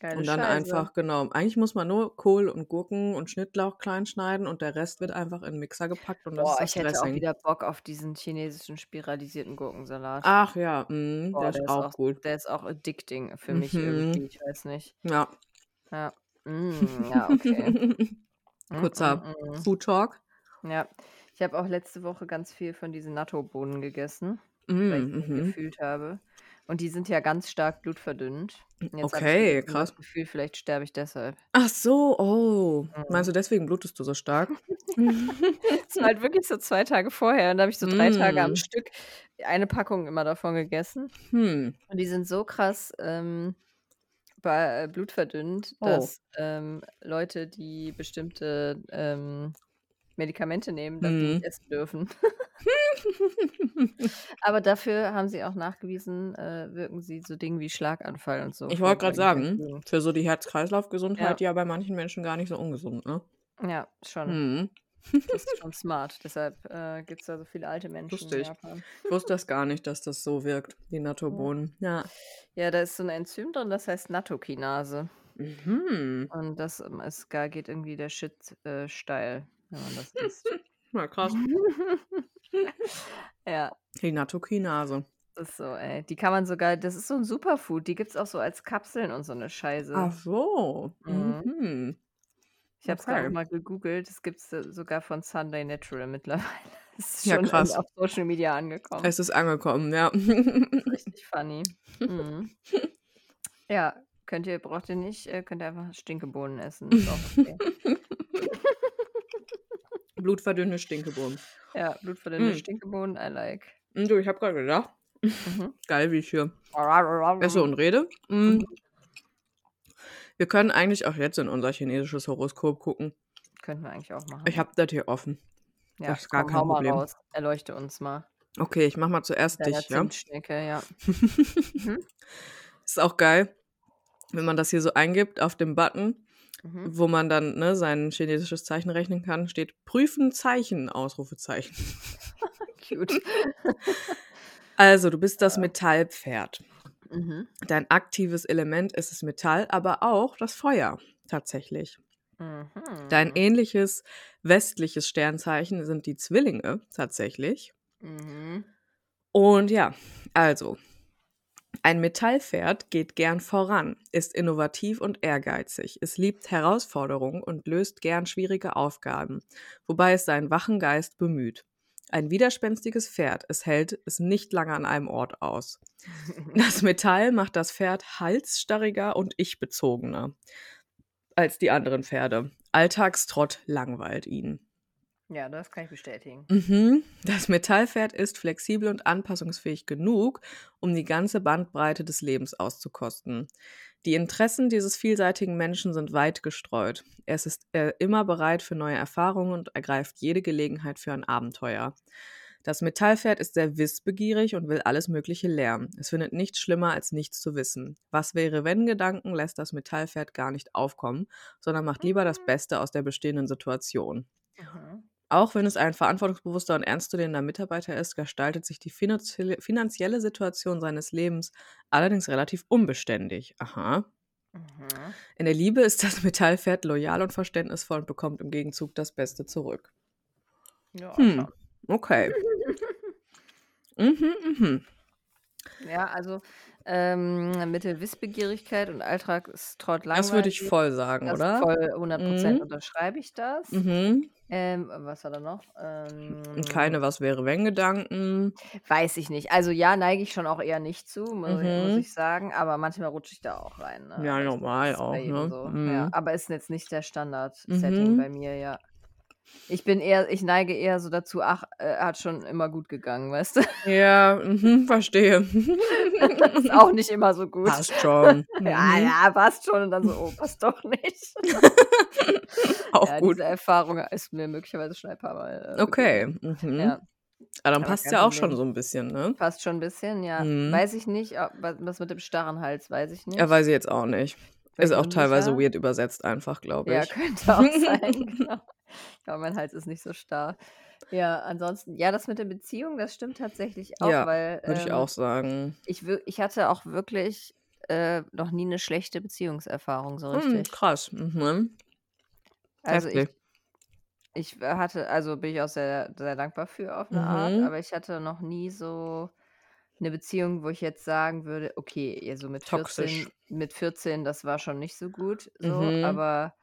Speaker 1: Geile
Speaker 2: und dann
Speaker 1: Scheiße.
Speaker 2: einfach, genau. Eigentlich muss man nur Kohl und Gurken und Schnittlauch klein schneiden und der Rest wird einfach in den Mixer gepackt und das
Speaker 1: Boah,
Speaker 2: ist das
Speaker 1: ich hätte
Speaker 2: Dressing.
Speaker 1: auch wieder Bock auf diesen chinesischen spiralisierten Gurkensalat.
Speaker 2: Ach ja, mh,
Speaker 1: Boah,
Speaker 2: der ist auch gut.
Speaker 1: Der ist auch addicting für mich
Speaker 2: Mhm.
Speaker 1: irgendwie. Ich weiß nicht.
Speaker 2: Ja.
Speaker 1: Ja, mm, ja okay. Mm,
Speaker 2: Kurzer
Speaker 1: mm, mm.
Speaker 2: Food Talk.
Speaker 1: Ja, ich habe auch letzte Woche ganz viel von diesen Natto-Bohnen gegessen, weil ich
Speaker 2: Mm,
Speaker 1: mich
Speaker 2: Mhm.
Speaker 1: gefühlt habe. Und die sind ja ganz stark blutverdünnend. Und Jetzt hab
Speaker 2: Okay,
Speaker 1: ich irgendwie
Speaker 2: krass.
Speaker 1: das Gefühl, vielleicht sterbe ich deshalb.
Speaker 2: Ach so, oh.
Speaker 1: Mhm.
Speaker 2: Meinst du, deswegen blutest du so stark?
Speaker 1: Das war halt wirklich so zwei Tage vorher. Und da habe ich so drei Tage am
Speaker 2: Mm.
Speaker 1: Stück eine Packung immer davon gegessen.
Speaker 2: Hm.
Speaker 1: Und die sind so krass ähm, bei, äh, blutverdünnend,
Speaker 2: Oh.
Speaker 1: dass ähm, Leute, die bestimmte ähm, Medikamente nehmen, dass die
Speaker 2: Mhm.
Speaker 1: nicht essen dürfen. Aber dafür haben sie auch nachgewiesen, äh, wirken sie so Dinge wie Schlaganfall und so.
Speaker 2: Ich wollte gerade
Speaker 1: vorbeugend
Speaker 2: sagen, für so die Herz-Kreislauf-Gesundheit
Speaker 1: Ja.
Speaker 2: ja. bei manchen Menschen gar nicht so ungesund, ne?
Speaker 1: entgegen. Ja, schon.
Speaker 2: Hm.
Speaker 1: Das ist schon smart. Deshalb äh, gibt es da so viele alte Menschen
Speaker 2: Lustig.
Speaker 1: in Japan.
Speaker 2: Ich wusste das gar nicht, dass das so wirkt, die Nattobohnen. Ja.
Speaker 1: Ja, da ist so ein Enzym drin, das heißt Nattokinase.
Speaker 2: Mhm.
Speaker 1: Und das ähm, ist, da geht irgendwie der Shit äh, steil, wenn man
Speaker 2: Hm.
Speaker 1: das isst.
Speaker 2: Na krass.
Speaker 1: ja,
Speaker 2: Die Nattokinase.
Speaker 1: das ist so, ey. Die kann man sogar, das ist so ein Superfood. Die gibt es auch so als Kapseln und so eine Scheiße.
Speaker 2: Ach so.
Speaker 1: Mhm.
Speaker 2: Mhm.
Speaker 1: Ich habe es gerade
Speaker 2: Okay.
Speaker 1: mal gegoogelt. Es gibt es sogar von Sunday Natural mittlerweile. Es ist
Speaker 2: Ja,
Speaker 1: schon in-
Speaker 2: krass.
Speaker 1: auf Social Media angekommen.
Speaker 2: Es ist angekommen, ja.
Speaker 1: Das ist richtig funny. Mhm. Ja, könnt ihr, braucht ihr nicht, äh, könnt ihr einfach Stinkebohnen essen. Ist auch okay.
Speaker 2: Blutverdünnte Stinkebohnen.
Speaker 1: ja, blutverdünnte
Speaker 2: Mm.
Speaker 1: Stinkebohnen, I like.
Speaker 2: Und du, ich habe gerade gedacht,
Speaker 1: Mhm.
Speaker 2: geil, wie ich hier esse und rede. Mhm.
Speaker 1: Mhm.
Speaker 2: Wir können eigentlich auch jetzt in unser chinesisches Horoskop gucken.
Speaker 1: Könnten wir eigentlich auch machen.
Speaker 2: Ich habe das hier offen.
Speaker 1: ja,
Speaker 2: das ist gar
Speaker 1: komm,
Speaker 2: kein
Speaker 1: hau mal
Speaker 2: Problem.
Speaker 1: raus. Erleuchte uns mal.
Speaker 2: Okay, ich mach mal zuerst
Speaker 1: Deiner
Speaker 2: dich, ja?
Speaker 1: Zimtschnecke, ja. Mhm.
Speaker 2: Ist auch geil, wenn man das hier so eingibt auf dem Button,
Speaker 1: Mhm.
Speaker 2: wo man dann ne, sein chinesisches Zeichen rechnen kann, steht Prüfen Zeichen, Ausrufezeichen.
Speaker 1: Cute.
Speaker 2: Also, du bist das Metallpferd.
Speaker 1: Mhm.
Speaker 2: Dein aktives Element ist das Metall, aber auch das Feuer tatsächlich.
Speaker 1: Mhm.
Speaker 2: Dein ähnliches westliches Sternzeichen sind die Zwillinge tatsächlich.
Speaker 1: Mhm.
Speaker 2: Und ja, also, ein Metallpferd geht gern voran, ist innovativ und ehrgeizig. Es liebt Herausforderungen und löst gern schwierige Aufgaben, wobei es seinen wachen Geist bemüht. Ein widerspenstiges Pferd, es hält es nicht lange an einem Ort aus. Das Metall macht das Pferd halsstarriger und ichbezogener als die anderen Pferde. Alltagstrott langweilt ihn.
Speaker 1: Ja, das kann ich bestätigen.
Speaker 2: Mhm. Das Metallpferd ist flexibel und anpassungsfähig genug, um die ganze Bandbreite des Lebens auszukosten. Die Interessen dieses vielseitigen Menschen sind weit gestreut. Es ist äh, immer bereit für neue Erfahrungen und ergreift jede Gelegenheit für ein Abenteuer. Das Metallpferd ist sehr wissbegierig und will alles Mögliche lernen. Es findet nichts schlimmer, als nichts zu wissen. Was wäre, wenn Gedanken lässt das Metallpferd gar nicht aufkommen, sondern macht lieber das Beste aus der bestehenden Situation.
Speaker 1: Mhm.
Speaker 2: Auch wenn es ein verantwortungsbewusster und ernstzunehmender Mitarbeiter ist, gestaltet sich die finanzielle finanzielle Situation seines Lebens allerdings relativ unbeständig. Aha.
Speaker 1: Mhm.
Speaker 2: In der Liebe ist das Metallpferd loyal und verständnisvoll und bekommt im Gegenzug das Beste zurück.
Speaker 1: Ja,
Speaker 2: Hm.
Speaker 1: schon.
Speaker 2: Okay. Mhm, mhm.
Speaker 1: ja, also ähm, Mittel Wissbegierigkeit und Alltag ist trotz
Speaker 2: Das würde ich
Speaker 1: langweilig.
Speaker 2: voll sagen,
Speaker 1: Das
Speaker 2: oder?
Speaker 1: voll 100 Prozent
Speaker 2: Mhm.
Speaker 1: unterschreibe ich das.
Speaker 2: Mhm.
Speaker 1: Ähm, was war da noch?
Speaker 2: Und
Speaker 1: Ähm,
Speaker 2: keine Was wäre wenn Gedanken.
Speaker 1: weiß ich nicht. Also ja, neige ich schon auch eher nicht zu, muss, muss
Speaker 2: Mhm.
Speaker 1: ich sagen. Aber manchmal rutsche ich da auch rein. Ne?
Speaker 2: Ja,
Speaker 1: Aber ich glaube, das
Speaker 2: normal
Speaker 1: ist bei
Speaker 2: auch,
Speaker 1: jedem
Speaker 2: ne?
Speaker 1: so. Ja,
Speaker 2: Mhm.
Speaker 1: aber ist jetzt nicht der Standard-Setting bei
Speaker 2: Mhm.
Speaker 1: mir, ja. Ich bin eher, ich neige eher so dazu, ach, äh, hat schon immer gut gegangen, weißt du?
Speaker 2: Ja, mhm, verstehe.
Speaker 1: Das ist auch nicht immer so gut.
Speaker 2: Passt schon.
Speaker 1: Ja,
Speaker 2: Mhm.
Speaker 1: ja, passt schon. Und dann so, oh, passt doch nicht.
Speaker 2: Auch
Speaker 1: Ja,
Speaker 2: gut.
Speaker 1: diese Erfahrung ist mir möglicherweise schon ein paar Mal äh,
Speaker 2: Okay.
Speaker 1: begegnet.
Speaker 2: Mhm.
Speaker 1: Ja,
Speaker 2: Aber dann
Speaker 1: aber
Speaker 2: passt
Speaker 1: kein
Speaker 2: ja auch schon
Speaker 1: Problem.
Speaker 2: so ein bisschen, ne?
Speaker 1: Passt schon ein bisschen, ja.
Speaker 2: Mhm.
Speaker 1: Weiß ich nicht, ob, was was mit dem starren Hals, weiß ich
Speaker 2: Ja,
Speaker 1: nicht.
Speaker 2: weiß ich jetzt auch nicht.
Speaker 1: Bin
Speaker 2: Ist
Speaker 1: ich
Speaker 2: auch teilweise
Speaker 1: unsicher.
Speaker 2: weird übersetzt einfach, glaube
Speaker 1: Ja,
Speaker 2: ich.
Speaker 1: könnte auch sein, genau. Ja, mein Hals ist nicht so starr. Ja, ansonsten, ja, das mit der Beziehung, das stimmt tatsächlich auch,
Speaker 2: ja,
Speaker 1: weil
Speaker 2: würde ich auch
Speaker 1: ähm,
Speaker 2: sagen.
Speaker 1: ich, wir- ich hatte auch wirklich äh, noch nie eine schlechte Beziehungserfahrung so
Speaker 2: Hm,
Speaker 1: richtig.
Speaker 2: krass. Mhm.
Speaker 1: Also ich,
Speaker 2: Heftig.
Speaker 1: ich hatte, also bin ich auch sehr, sehr dankbar für auf eine Art,
Speaker 2: Mhm.
Speaker 1: aber ich hatte noch nie so eine Beziehung, wo ich jetzt sagen würde, okay, ja, so mit
Speaker 2: Toxisch.
Speaker 1: 14, mit 14, das war schon nicht so gut, so,
Speaker 2: Mhm.
Speaker 1: aber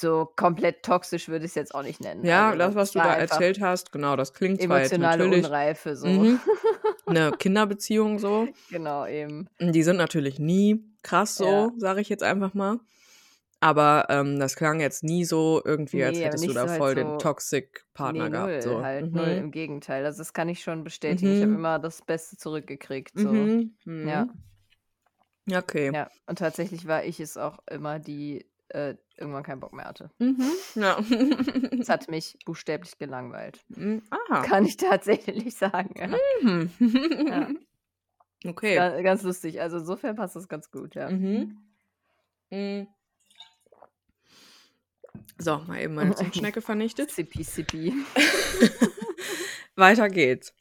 Speaker 1: so komplett toxisch würde ich es jetzt auch nicht nennen.
Speaker 2: Ja,
Speaker 1: Also
Speaker 2: das,
Speaker 1: das
Speaker 2: was du
Speaker 1: war
Speaker 2: da
Speaker 1: einfach
Speaker 2: erzählt hast, genau, das klingt zwar jetzt
Speaker 1: emotionale
Speaker 2: natürlich
Speaker 1: Unreife, so.
Speaker 2: mhm, eine Kinderbeziehung so.
Speaker 1: genau, eben.
Speaker 2: Die sind natürlich nie krass
Speaker 1: Ja.
Speaker 2: so, sage ich jetzt einfach mal. Aber ähm, das klang jetzt nie so irgendwie, als
Speaker 1: Nee, aber
Speaker 2: hättest du
Speaker 1: nicht
Speaker 2: da
Speaker 1: so halt
Speaker 2: voll den
Speaker 1: so,
Speaker 2: Toxic-Partner
Speaker 1: nee,
Speaker 2: gehabt.
Speaker 1: null,
Speaker 2: So.
Speaker 1: halt null,
Speaker 2: Mhm.
Speaker 1: im Gegenteil. Also das kann ich schon bestätigen. Ich habe
Speaker 2: Mhm.
Speaker 1: immer das Beste zurückgekriegt, so.
Speaker 2: Mhm.
Speaker 1: Ja,
Speaker 2: Mhm. Ja, Okay.
Speaker 1: ja. Und tatsächlich war ich es auch immer, die äh, irgendwann keinen Bock mehr hatte.
Speaker 2: Mhm. Ja.
Speaker 1: Es hat mich buchstäblich gelangweilt.
Speaker 2: Mm, ah.
Speaker 1: Kann ich tatsächlich sagen, ja. Ja,
Speaker 2: Mhm.
Speaker 1: ist
Speaker 2: Okay.
Speaker 1: ga- ganz lustig. Also insofern passt das ganz gut, ja.
Speaker 2: Mhm. Mm. So, mal eben meine Zimtschnecke vernichtet.
Speaker 1: Sippy, sippy.
Speaker 2: Weiter geht's.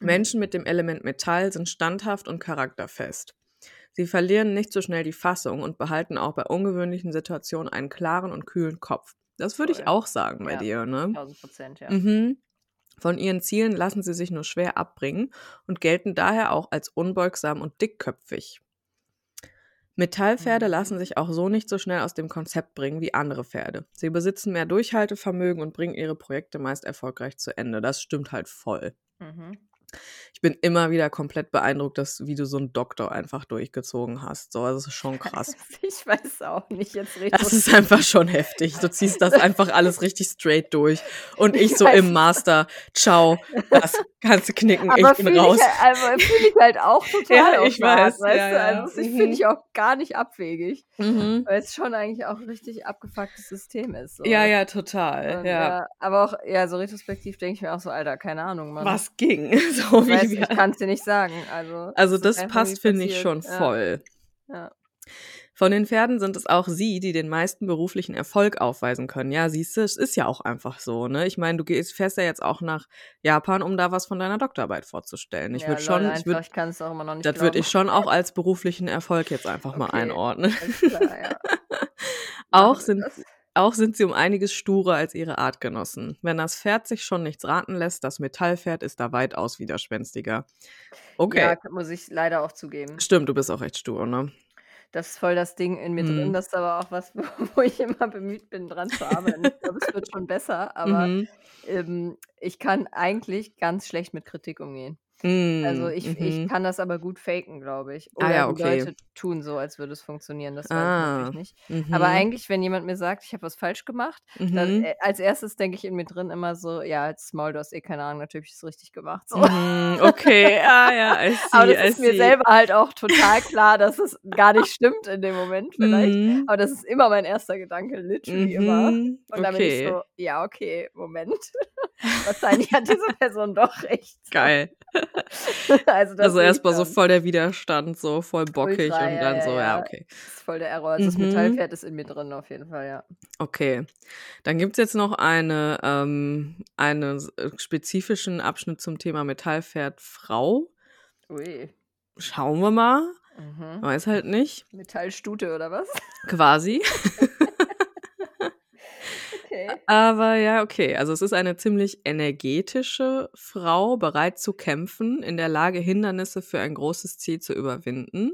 Speaker 1: Mhm.
Speaker 2: Menschen mit dem Element Metall sind standhaft und charakterfest. Sie verlieren nicht so schnell die Fassung und behalten auch bei ungewöhnlichen Situationen einen klaren und kühlen Kopf. Das würde ich
Speaker 1: Voll.
Speaker 2: auch sagen bei
Speaker 1: Ja,
Speaker 2: dir, ne?
Speaker 1: 1000 Prozent, ja.
Speaker 2: Mhm. Von ihren Zielen lassen sie sich nur schwer abbringen und gelten daher auch als unbeugsam und dickköpfig. Metallpferde
Speaker 1: Mhm.
Speaker 2: lassen sich auch so nicht so schnell aus dem Konzept bringen wie andere Pferde. Sie besitzen mehr Durchhaltevermögen und bringen ihre Projekte meist erfolgreich zu Ende. Das stimmt halt voll.
Speaker 1: Mhm.
Speaker 2: Ich bin immer wieder komplett beeindruckt, dass wie du so einen Doktor einfach durchgezogen hast. So, das ist schon krass.
Speaker 1: Ich weiß auch nicht jetzt
Speaker 2: Das ist einfach
Speaker 1: retrospektiv.
Speaker 2: schon heftig. Du ziehst das einfach alles richtig straight durch. Und
Speaker 1: Ich
Speaker 2: ich so
Speaker 1: weiß
Speaker 2: im
Speaker 1: es.
Speaker 2: Master, ciao, das kannst du knicken, ich
Speaker 1: Aber
Speaker 2: bin
Speaker 1: fühle ich,
Speaker 2: raus.
Speaker 1: halt- aber fühl ich halt auch
Speaker 2: Ja,
Speaker 1: total auf
Speaker 2: ich
Speaker 1: eine Art,
Speaker 2: weiß.
Speaker 1: weißt
Speaker 2: Ja,
Speaker 1: du?
Speaker 2: ja.
Speaker 1: Also, ich finde
Speaker 2: Mhm.
Speaker 1: ich auch gar nicht abwegig,
Speaker 2: Mhm.
Speaker 1: weil es schon eigentlich auch ein richtig abgefucktes System ist.
Speaker 2: Ja,
Speaker 1: So.
Speaker 2: ja, total.
Speaker 1: Und
Speaker 2: Ja.
Speaker 1: ja, aber auch, ja, so retrospektiv denke ich mir auch so, Alter, keine Ahnung, Mann.
Speaker 2: Was ging? So
Speaker 1: Ich
Speaker 2: wie
Speaker 1: weiß, ich
Speaker 2: wir.
Speaker 1: kann es dir nicht sagen. Also,
Speaker 2: Also,
Speaker 1: es ist
Speaker 2: das
Speaker 1: einfach wie
Speaker 2: passt, finde ich,
Speaker 1: passiert.
Speaker 2: schon
Speaker 1: Ja,
Speaker 2: voll.
Speaker 1: ja.
Speaker 2: Von den Pferden sind es auch sie, die den meisten beruflichen Erfolg aufweisen können. Ja, siehst du, es ist ja auch einfach so, ne? Ich meine, du gehst, fährst ja jetzt auch nach Japan, um da was von deiner Doktorarbeit vorzustellen. Ich
Speaker 1: Ja,
Speaker 2: würde
Speaker 1: lol,
Speaker 2: schon, ich
Speaker 1: einfach,
Speaker 2: würde,
Speaker 1: ich kann es auch immer noch nicht
Speaker 2: das würde
Speaker 1: glauben.
Speaker 2: ich schon auch als beruflichen Erfolg jetzt einfach mal
Speaker 1: Okay,
Speaker 2: einordnen.
Speaker 1: alles klar, ja.
Speaker 2: auch
Speaker 1: Machen wir
Speaker 2: sind,
Speaker 1: das.
Speaker 2: auch sind sie um einiges sturer als ihre Artgenossen. Wenn das Pferd sich schon nichts raten lässt, das Metallpferd ist da weitaus widerspenstiger.
Speaker 1: Ja,
Speaker 2: Okay.
Speaker 1: k- muss ich leider auch zugeben.
Speaker 2: Stimmt, du bist auch echt stur, ne?
Speaker 1: Das ist voll das Ding in mir drin.
Speaker 2: Mhm.
Speaker 1: Das ist aber auch was, wo, wo ich immer bemüht bin, dran zu arbeiten. Ich glaube, es wird schon besser, aber
Speaker 2: Mhm.
Speaker 1: ähm, ich kann eigentlich ganz schlecht mit Kritik umgehen. Also
Speaker 2: Mm,
Speaker 1: ich, ich
Speaker 2: Mhm.
Speaker 1: kann das aber gut faken, glaube ich.
Speaker 2: Ah
Speaker 1: Oder
Speaker 2: ja,
Speaker 1: die
Speaker 2: okay.
Speaker 1: Leute tun so, als würde es funktionieren. Das weiß ich natürlich
Speaker 2: Ah,
Speaker 1: nicht. Aber
Speaker 2: mhm,
Speaker 1: eigentlich, wenn jemand mir sagt, ich habe was falsch gemacht, dann
Speaker 2: mhm,
Speaker 1: äh, als erstes denke ich in mir drin immer so, ja, als Maul, du hast eh keine Ahnung, natürlich ist es richtig gemacht. So.
Speaker 2: mhm, okay, ah ja, I
Speaker 1: Aber
Speaker 2: see,
Speaker 1: das
Speaker 2: I
Speaker 1: ist mir
Speaker 2: see.
Speaker 1: selber halt auch total klar, dass es gar nicht stimmt in dem Moment vielleicht.
Speaker 2: Mhm,
Speaker 1: Aber das ist immer mein erster Gedanke, literally immer.
Speaker 2: mhm,
Speaker 1: Und dann bin ich
Speaker 2: okay.
Speaker 1: so, ja, okay, Moment. Wahrscheinlich hat diese Person doch recht.
Speaker 2: Geil.
Speaker 1: Also, das
Speaker 2: Also
Speaker 1: sehe ich
Speaker 2: erstmal so
Speaker 1: schon.
Speaker 2: voll der Widerstand, so voll bockig
Speaker 1: Ultra,
Speaker 2: und
Speaker 1: ja,
Speaker 2: dann
Speaker 1: ja,
Speaker 2: so, ja,
Speaker 1: ja.
Speaker 2: okay.
Speaker 1: Das ist voll der Error. Also Das
Speaker 2: Mhm.
Speaker 1: Metallpferd ist in mir drin auf jeden Fall, ja.
Speaker 2: Okay. Dann gibt's jetzt noch eine, ähm, einen spezifischen Abschnitt zum Thema Metallpferd Frau.
Speaker 1: Ui.
Speaker 2: Schauen wir mal.
Speaker 1: Mhm.
Speaker 2: Weiß halt nicht.
Speaker 1: Metallstute oder was?
Speaker 2: Quasi. Ah.
Speaker 1: Okay.
Speaker 2: Aber ja, okay. Also es ist eine ziemlich energetische Frau, bereit zu kämpfen, in der Lage, Hindernisse für ein großes Ziel zu überwinden.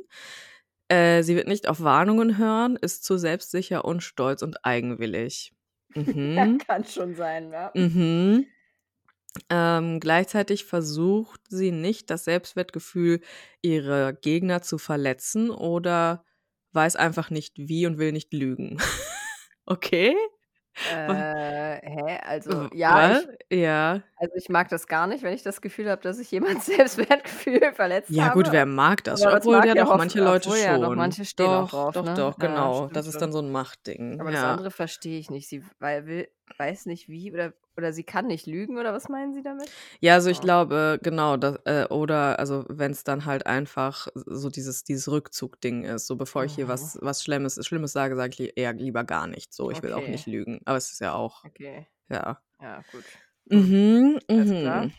Speaker 2: Äh, sie wird nicht auf Warnungen hören, ist zu selbstsicher und stolz und eigenwillig. Mhm.
Speaker 1: Ja, kann schon sein, ja.
Speaker 2: Mhm. Ähm, gleichzeitig versucht sie nicht, das Selbstwertgefühl ihrer Gegner zu verletzen oder weiß einfach nicht wie und will nicht lügen. okay?
Speaker 1: Äh, hä? Also,
Speaker 2: W-
Speaker 1: ja, ich,
Speaker 2: wa- ja.
Speaker 1: also ich mag das gar nicht, wenn ich das Gefühl habe, dass ich jemands Selbstwertgefühl verletzt
Speaker 2: Ja,
Speaker 1: habe.
Speaker 2: gut, wer mag das?
Speaker 1: aber
Speaker 2: schon?
Speaker 1: das
Speaker 2: obwohl
Speaker 1: mag
Speaker 2: ja
Speaker 1: ja
Speaker 2: doch
Speaker 1: oft-
Speaker 2: manche Leute
Speaker 1: obwohl
Speaker 2: schon.
Speaker 1: ja doch manche stehen auch
Speaker 2: doch,
Speaker 1: drauf,
Speaker 2: doch,
Speaker 1: ne?
Speaker 2: doch,
Speaker 1: Ja,
Speaker 2: genau.
Speaker 1: stimmt
Speaker 2: das ist
Speaker 1: schon.
Speaker 2: dann so ein Machtding.
Speaker 1: Aber das
Speaker 2: ja.
Speaker 1: andere verstehe ich nicht. Sie wei- will, weiß nicht wie oder, oder sie kann nicht lügen oder was meinen Sie damit?
Speaker 2: Ja, also ich
Speaker 1: Ja.
Speaker 2: glaube, genau, das, äh, oder also wenn es dann halt einfach so dieses, dieses Rückzug-Ding ist, so bevor ich hier
Speaker 1: Mhm.
Speaker 2: was, was Schlimmes, Schlimmes sage, sage ich li- eher lieber gar nicht. So, ich will auch
Speaker 1: Okay.
Speaker 2: nicht lügen. Aber es ist ja auch,
Speaker 1: Okay.
Speaker 2: ja.
Speaker 1: Ja, gut. Hm,
Speaker 2: Mhm,
Speaker 1: Alles klar.
Speaker 2: mhm.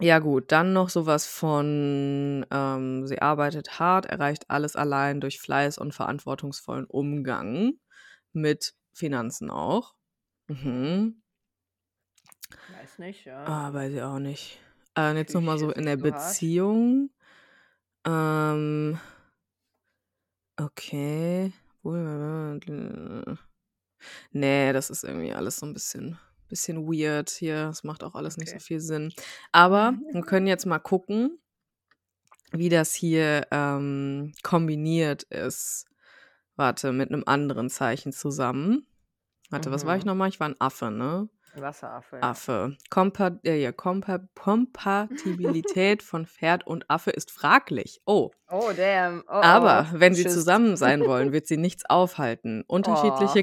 Speaker 2: Ja, gut, dann noch sowas von, ähm, sie arbeitet hart, erreicht alles allein durch Fleiß und verantwortungsvollen Umgang mit Finanzen auch. Mhm.
Speaker 1: Weiß nicht, ja.
Speaker 2: Ah, weiß ich auch nicht. Äh, und jetzt
Speaker 1: Fühl
Speaker 2: nochmal
Speaker 1: ich
Speaker 2: so
Speaker 1: jetzt
Speaker 2: in
Speaker 1: nicht
Speaker 2: der
Speaker 1: so hart.
Speaker 2: Beziehung. Ähm, okay. Wohl- Nee, das ist irgendwie alles so ein bisschen, bisschen weird hier. Das macht auch alles nicht so
Speaker 1: Okay.
Speaker 2: viel Sinn. Aber wir können jetzt mal gucken, wie das hier ähm, kombiniert ist. Warte, mit einem anderen Zeichen zusammen. Warte, was war ich
Speaker 1: Mhm.
Speaker 2: nochmal? Ich war ein Affe, ne?
Speaker 1: Wasseraffe. ja.
Speaker 2: Affe. Kompa äh, ja, Kompa Kompatibilität von Pferd und Affe ist fraglich. Oh,
Speaker 1: Oh, damn. Oh,
Speaker 2: aber
Speaker 1: oh.
Speaker 2: wenn sie
Speaker 1: Tschüss.
Speaker 2: zusammen sein wollen, wird sie nichts aufhalten.
Speaker 1: Oh.
Speaker 2: Unterschiedliche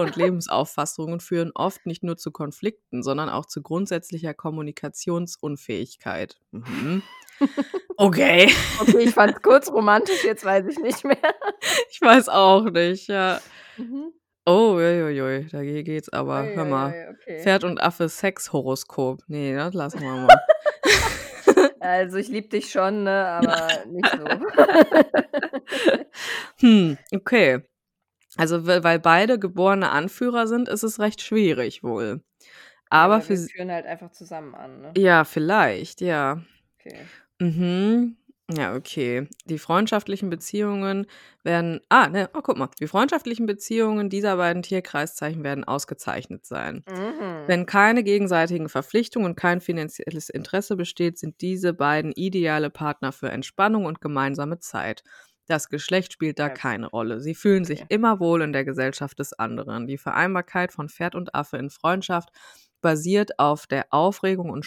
Speaker 2: und Lebensauffassungen führen oft nicht nur zu Konflikten, sondern auch zu grundsätzlicher Kommunikationsunfähigkeit. Mhm. Okay,
Speaker 1: Okay, ich fand es kurz romantisch, jetzt weiß ich nicht mehr.
Speaker 2: ich weiß auch nicht. Ja.
Speaker 1: Mhm.
Speaker 2: Oh, uiuiui, da ge- geht's aber. Hör mal.
Speaker 1: Uiuiui, okay.
Speaker 2: Pferd und Affe Sexhoroskop. Nee, das lassen wir mal.
Speaker 1: Also ich liebe dich schon, ne, aber nicht so.
Speaker 2: Hm, okay. Also, we- weil beide geborene Anführer sind, ist es recht schwierig wohl.
Speaker 1: Ja,
Speaker 2: Aber
Speaker 1: oder
Speaker 2: für
Speaker 1: wir
Speaker 2: sie,
Speaker 1: führen halt einfach zusammen an, ne?
Speaker 2: ja, vielleicht, ja.
Speaker 1: Okay.
Speaker 2: Mhm. Ja, okay. Die freundschaftlichen Beziehungen werden. Ah, ne, oh, guck mal. Die freundschaftlichen Beziehungen dieser beiden Tierkreiszeichen werden ausgezeichnet sein.
Speaker 1: Mhm.
Speaker 2: Wenn keine gegenseitigen Verpflichtungen und kein finanzielles Interesse besteht, sind diese beiden ideale Partner für Entspannung und gemeinsame Zeit. Das Geschlecht spielt da
Speaker 1: Ja, gut.
Speaker 2: keine Rolle. Sie fühlen sich
Speaker 1: Okay.
Speaker 2: immer wohl in der Gesellschaft des anderen. Die Vereinbarkeit von Pferd und Affe in Freundschaft basiert auf der Aufregung und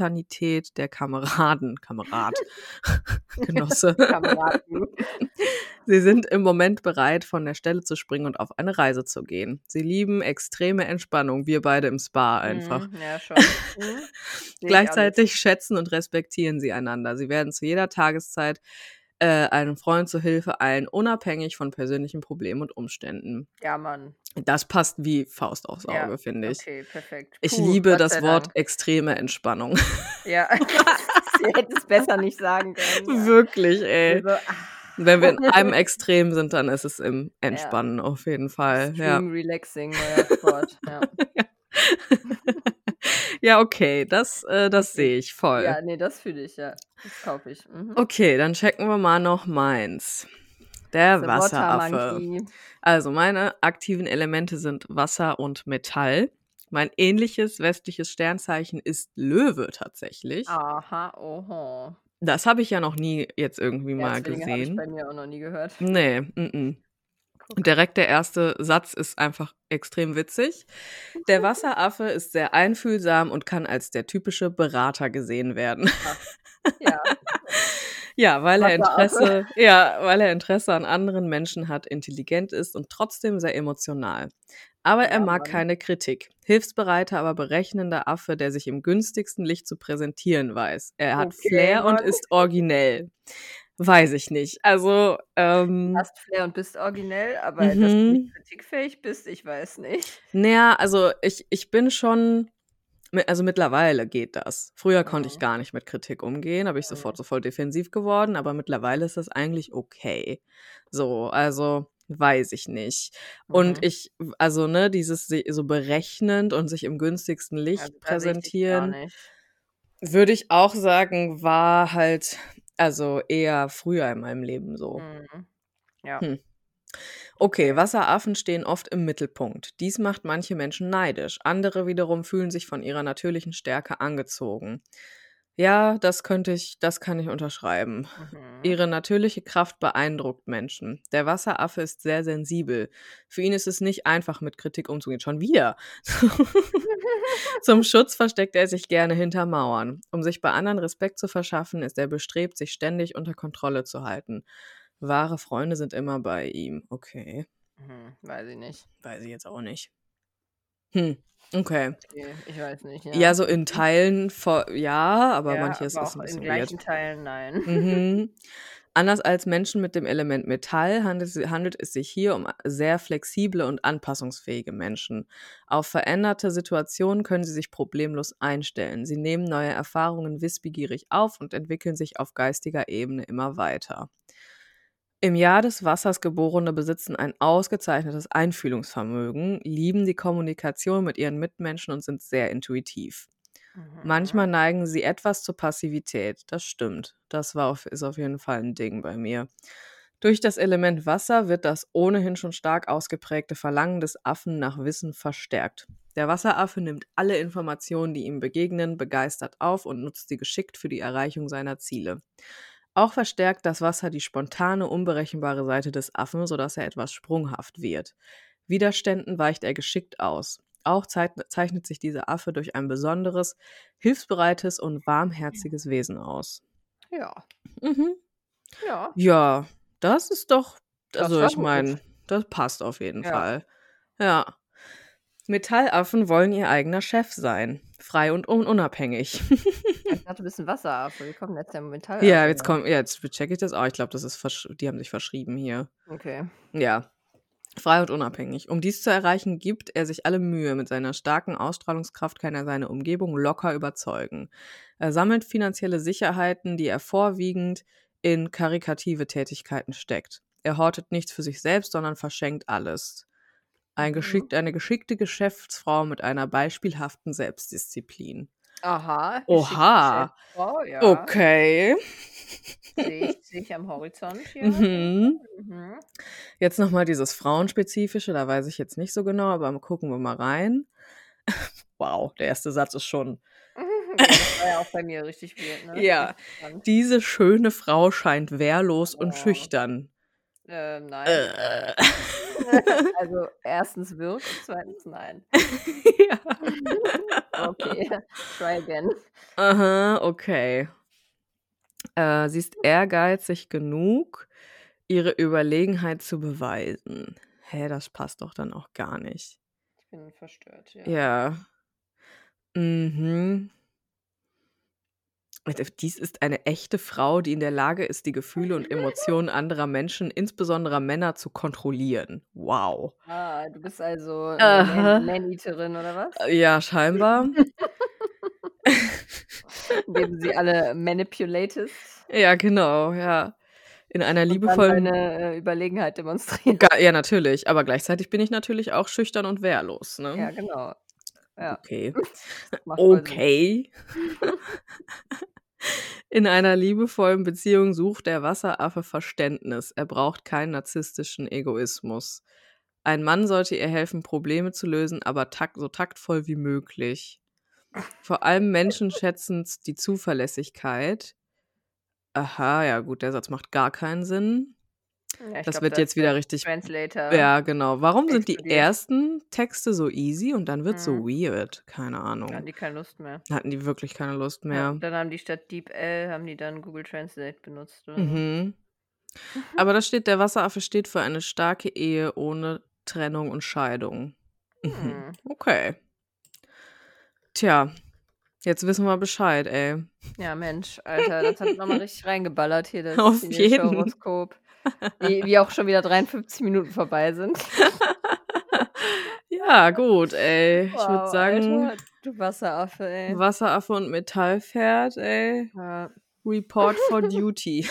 Speaker 2: Spontanität der Kameraden, Kamerad, Genosse.
Speaker 1: Kameraden.
Speaker 2: Sie sind im Moment bereit, von der Stelle zu springen und auf eine Reise zu gehen. Sie lieben extreme Entspannung, wir beide im Spa einfach.
Speaker 1: Mhm. Ja, schon. Mhm. Sehe ich alles.
Speaker 2: Gleichzeitig schätzen und respektieren sie einander. Sie werden zu jeder Tageszeit äh, einem Freund zur Hilfe eilen, unabhängig von persönlichen Problemen und Umständen.
Speaker 1: Ja, Mann.
Speaker 2: Das passt wie Faust aufs
Speaker 1: Ja.
Speaker 2: Auge, finde ich.
Speaker 1: Okay, perfekt.
Speaker 2: Ich
Speaker 1: Puh,
Speaker 2: liebe
Speaker 1: Gott sei
Speaker 2: das Wort
Speaker 1: Dank.
Speaker 2: extreme Entspannung.
Speaker 1: Ja, sie hätte es besser nicht sagen können. Ja.
Speaker 2: Wirklich, ey.
Speaker 1: Also, ah,
Speaker 2: Wenn wir in einem Extrem sind, dann ist es im
Speaker 1: ja.
Speaker 2: Entspannen auf jeden Fall. Ja.
Speaker 1: Extreme Relaxing, neuer Sport. Ja.
Speaker 2: ja, okay, das, äh, das
Speaker 1: Okay.
Speaker 2: sehe ich voll.
Speaker 1: Ja, nee, das fühle ich, ja. Das kaufe ich. Mhm.
Speaker 2: Okay, dann checken wir mal noch meins. Der
Speaker 1: The Water
Speaker 2: Wasseraffe.
Speaker 1: Monkey.
Speaker 2: Also meine aktiven Elemente sind Wasser und Metall. Mein ähnliches westliches Sternzeichen ist Löwe
Speaker 1: Ah.
Speaker 2: tatsächlich.
Speaker 1: Aha, oho.
Speaker 2: Das habe ich ja noch nie jetzt irgendwie
Speaker 1: Ja,
Speaker 2: mal
Speaker 1: Zwillinge habe ich bei
Speaker 2: gesehen.
Speaker 1: mir auch noch nie gehört.
Speaker 2: Nee, mm
Speaker 1: Guck.
Speaker 2: Und direkt der erste Satz ist einfach extrem witzig. Der Wasseraffe ist sehr einfühlsam und kann als der typische Berater gesehen werden.
Speaker 1: Krass. Ja.
Speaker 2: Ja, weil er
Speaker 1: Warte ab.
Speaker 2: Interesse, ja, weil er Interesse an anderen Menschen hat, intelligent ist und trotzdem sehr emotional. Aber er
Speaker 1: Ja,
Speaker 2: mag
Speaker 1: Mann.
Speaker 2: keine Kritik. Hilfsbereiter, aber berechnender Affe, der sich im günstigsten Licht zu präsentieren weiß. Er hat
Speaker 1: Okay,
Speaker 2: Flair und
Speaker 1: Mann.
Speaker 2: ist originell. Weiß ich nicht. Also, ähm,
Speaker 1: Hast Flair und bist originell, aber dass du
Speaker 2: Mhm.
Speaker 1: nicht kritikfähig bist, ich weiß nicht.
Speaker 2: naja, also ich, ich bin schon, mi- also mittlerweile geht das. Früher konnte ich
Speaker 1: Mhm.
Speaker 2: gar nicht mit Kritik umgehen, habe ich
Speaker 1: Mhm.
Speaker 2: sofort so voll defensiv geworden, aber mittlerweile ist das eigentlich okay. So, also weiß ich nicht.
Speaker 1: Mhm.
Speaker 2: Und ich, also ne, dieses si- so berechnend und sich im günstigsten Licht
Speaker 1: Also, da sehe ich dich gar
Speaker 2: präsentieren,
Speaker 1: nicht.
Speaker 2: würde ich auch sagen, war halt, also eher früher in meinem Leben so.
Speaker 1: Mhm. Ja.
Speaker 2: Hm. Okay,
Speaker 1: Okay.
Speaker 2: Wasseraffen stehen oft im Mittelpunkt. Dies macht manche Menschen neidisch. Andere wiederum fühlen sich von ihrer natürlichen Stärke angezogen. Ja, das könnte ich, das kann ich unterschreiben.
Speaker 1: Mhm.
Speaker 2: Ihre natürliche Kraft beeindruckt Menschen. Der Wasseraffe ist sehr sensibel. Für ihn ist es nicht einfach, mit Kritik umzugehen. Schon wieder. Zum Schutz versteckt er sich gerne hinter Mauern. Um sich bei anderen Respekt zu verschaffen, ist er bestrebt, sich ständig unter Kontrolle zu halten. Wahre Freunde sind immer bei ihm. Okay.
Speaker 1: Mhm. Weiß ich nicht.
Speaker 2: Weiß ich jetzt auch nicht. Hm. Okay.
Speaker 1: Okay, Ich weiß nicht, ja.
Speaker 2: Ja, so in Teilen vor, ja, aber manches
Speaker 1: aber
Speaker 2: ist ein
Speaker 1: auch in
Speaker 2: bisschen weird.
Speaker 1: gleichen Teilen nein.
Speaker 2: Mhm. Anders als Menschen mit dem Element Metall handelt, es- handelt es sich hier um sehr flexible und anpassungsfähige Menschen. Auf veränderte Situationen können sie sich problemlos einstellen. Sie nehmen neue Erfahrungen wissbegierig auf und entwickeln sich auf geistiger Ebene immer weiter. Im Jahr des Wassers Geborene besitzen ein ausgezeichnetes Einfühlungsvermögen, lieben die Kommunikation mit ihren Mitmenschen und sind sehr intuitiv. Manchmal
Speaker 1: Mhm.
Speaker 2: neigen sie etwas zur Passivität. Das stimmt. Das war auf, ist auf jeden Fall ein Ding bei mir. Durch das Element Wasser wird das ohnehin schon stark ausgeprägte Verlangen des Affen nach Wissen verstärkt. Der Wasseraffe nimmt alle Informationen, die ihm begegnen, begeistert auf und nutzt sie geschickt für die Erreichung seiner Ziele. Auch verstärkt das Wasser die spontane, unberechenbare Seite des Affen, sodass er etwas sprunghaft wird. Widerständen weicht er geschickt aus. Auch zeit- zeichnet sich dieser Affe durch ein besonderes, hilfsbereites und warmherziges Wesen aus.
Speaker 1: Ja,
Speaker 2: Mhm.
Speaker 1: ja.
Speaker 2: Ja, das ist doch,
Speaker 1: Das
Speaker 2: also
Speaker 1: war
Speaker 2: ich
Speaker 1: gut.
Speaker 2: meine, das passt auf jeden
Speaker 1: Ja.
Speaker 2: Fall. Ja. Metallaffen wollen ihr eigener Chef sein. Frei und un unabhängig.
Speaker 1: Ich dachte, du bist ein Wasseraffe. Wie kommt denn jetzt der Metallaffe?
Speaker 2: Hm. ja, jetzt
Speaker 1: her?
Speaker 2: komm, ja, jetzt checke ich das auch. Ich glaube, das ist, versch- die haben sich verschrieben hier.
Speaker 1: Okay.
Speaker 2: Ja. Frei und unabhängig. Um dies zu erreichen, gibt er sich alle Mühe. Mit seiner starken Ausstrahlungskraft kann er seine Umgebung locker überzeugen. Er sammelt finanzielle Sicherheiten, die er vorwiegend in karikative Tätigkeiten steckt. Er hortet nichts für sich selbst, sondern verschenkt alles. Ein
Speaker 1: Mhm.
Speaker 2: geschickt, eine geschickte Geschäftsfrau mit einer beispielhaften Selbstdisziplin.
Speaker 1: Aha, geschickte
Speaker 2: Oha.
Speaker 1: Geschäftsfrau, Oh ja.
Speaker 2: Okay.
Speaker 1: Sehe ich, sehe ich am Horizont hier.
Speaker 2: mhm.
Speaker 1: Mhm.
Speaker 2: Jetzt nochmal dieses Frauenspezifische, da weiß ich jetzt nicht so genau, aber gucken wir mal rein. Wow, der erste Satz ist schon.
Speaker 1: Mhm. Ja, das war ja auch bei mir richtig weird, ne?
Speaker 2: Ja.
Speaker 1: Richtig spannend.
Speaker 2: Diese schöne Frau scheint wehrlos und
Speaker 1: Oh.
Speaker 2: schüchtern.
Speaker 1: Ähm, nein.
Speaker 2: Äh.
Speaker 1: Also erstens wirk und zweitens nein.
Speaker 2: ja.
Speaker 1: Okay, try again.
Speaker 2: Aha, okay. Äh, sie ist ehrgeizig genug, ihre Überlegenheit zu beweisen. Hä, das passt doch dann auch gar nicht.
Speaker 1: Ich bin verstört, ja.
Speaker 2: Ja. Mhm. Also, Dies ist eine echte Frau, die in der Lage ist, die Gefühle und Emotionen anderer Menschen, insbesondere Männer, zu kontrollieren. Wow.
Speaker 1: Ah, du bist also eine
Speaker 2: Aha.
Speaker 1: Man- Man-Eaterin oder was?
Speaker 2: Äh, Ja, scheinbar.
Speaker 1: Indem du sie alle manipulatest
Speaker 2: ja, genau, ja. In einer
Speaker 1: und dann
Speaker 2: liebevollen.
Speaker 1: deine äh, Überlegenheit demonstrierst.
Speaker 2: Ga- Ja, natürlich. Aber gleichzeitig bin ich natürlich auch schüchtern und wehrlos. Ne?
Speaker 1: Ja, genau. Ja,
Speaker 2: Okay.
Speaker 1: macht voll Sinn.
Speaker 2: Okay. In einer liebevollen Beziehung sucht der Wasseraffe Verständnis. Er braucht keinen narzisstischen Egoismus. Ein Mann sollte ihr helfen, Probleme zu lösen, aber tak so taktvoll wie möglich. Vor allem Menschen schätzen die Zuverlässigkeit. Aha, ja gut, der Satz macht gar keinen Sinn.
Speaker 1: Ja, ich
Speaker 2: das
Speaker 1: glaub,
Speaker 2: wird
Speaker 1: da
Speaker 2: jetzt
Speaker 1: ist der
Speaker 2: wieder richtig.
Speaker 1: Translator.
Speaker 2: Ja, genau. Warum sind die
Speaker 1: explodiert.
Speaker 2: ersten Texte so easy und dann wird so
Speaker 1: Mhm.
Speaker 2: weird? Keine Ahnung.
Speaker 1: Hatten die keine Lust mehr.
Speaker 2: Hatten die wirklich keine Lust
Speaker 1: Ja,
Speaker 2: mehr.
Speaker 1: dann haben die statt DeepL, haben die dann Google Translate benutzt oder so.
Speaker 2: Mhm. Aber da steht, der Wasseraffe steht für eine starke Ehe ohne Trennung und Scheidung. Mhm.
Speaker 1: Hm.
Speaker 2: Okay. Tja, jetzt wissen wir Bescheid, ey.
Speaker 1: Ja, Mensch, Alter, das hat nochmal richtig reingeballert hier, das
Speaker 2: Auf
Speaker 1: chinesische
Speaker 2: jeden.
Speaker 1: Horoskop. Wie, wie auch schon wieder 53 Minuten vorbei sind.
Speaker 2: Ja, gut, ey. Ich würde
Speaker 1: Wow,
Speaker 2: sagen,
Speaker 1: Alter, du Wasseraffe, ey.
Speaker 2: Wasseraffe und Metallpferd, ey.
Speaker 1: Ja,
Speaker 2: Report for Duty.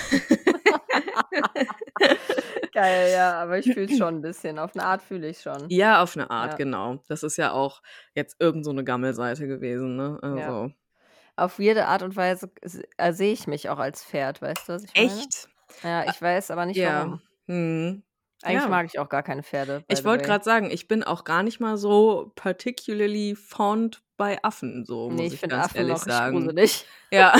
Speaker 1: geil, ja, aber ich fühle es schon ein bisschen. Auf eine Art fühle ich schon.
Speaker 2: ja, auf eine Art,
Speaker 1: Ja.
Speaker 2: genau. Das ist ja auch jetzt irgend so eine Gammelseite gewesen, ne? Also.
Speaker 1: Ja. Auf jede Art und Weise se- äh, sehe ich mich auch als Pferd, weißt du, was ich
Speaker 2: Echt? Ah,
Speaker 1: meine? Ja, ich weiß aber nicht
Speaker 2: Ja.
Speaker 1: warum.
Speaker 2: Hm.
Speaker 1: Eigentlich
Speaker 2: ja.
Speaker 1: mag ich auch gar keine Pferde. by
Speaker 2: Ich
Speaker 1: the
Speaker 2: wollte
Speaker 1: way.
Speaker 2: gerade sagen, ich bin auch gar nicht mal so particularly fond bei Affen, so
Speaker 1: Nee,
Speaker 2: muss
Speaker 1: ich
Speaker 2: ich
Speaker 1: finde
Speaker 2: ganz
Speaker 1: Affen
Speaker 2: ehrlich
Speaker 1: noch richtig
Speaker 2: sagen.
Speaker 1: gruselig.
Speaker 2: Ja.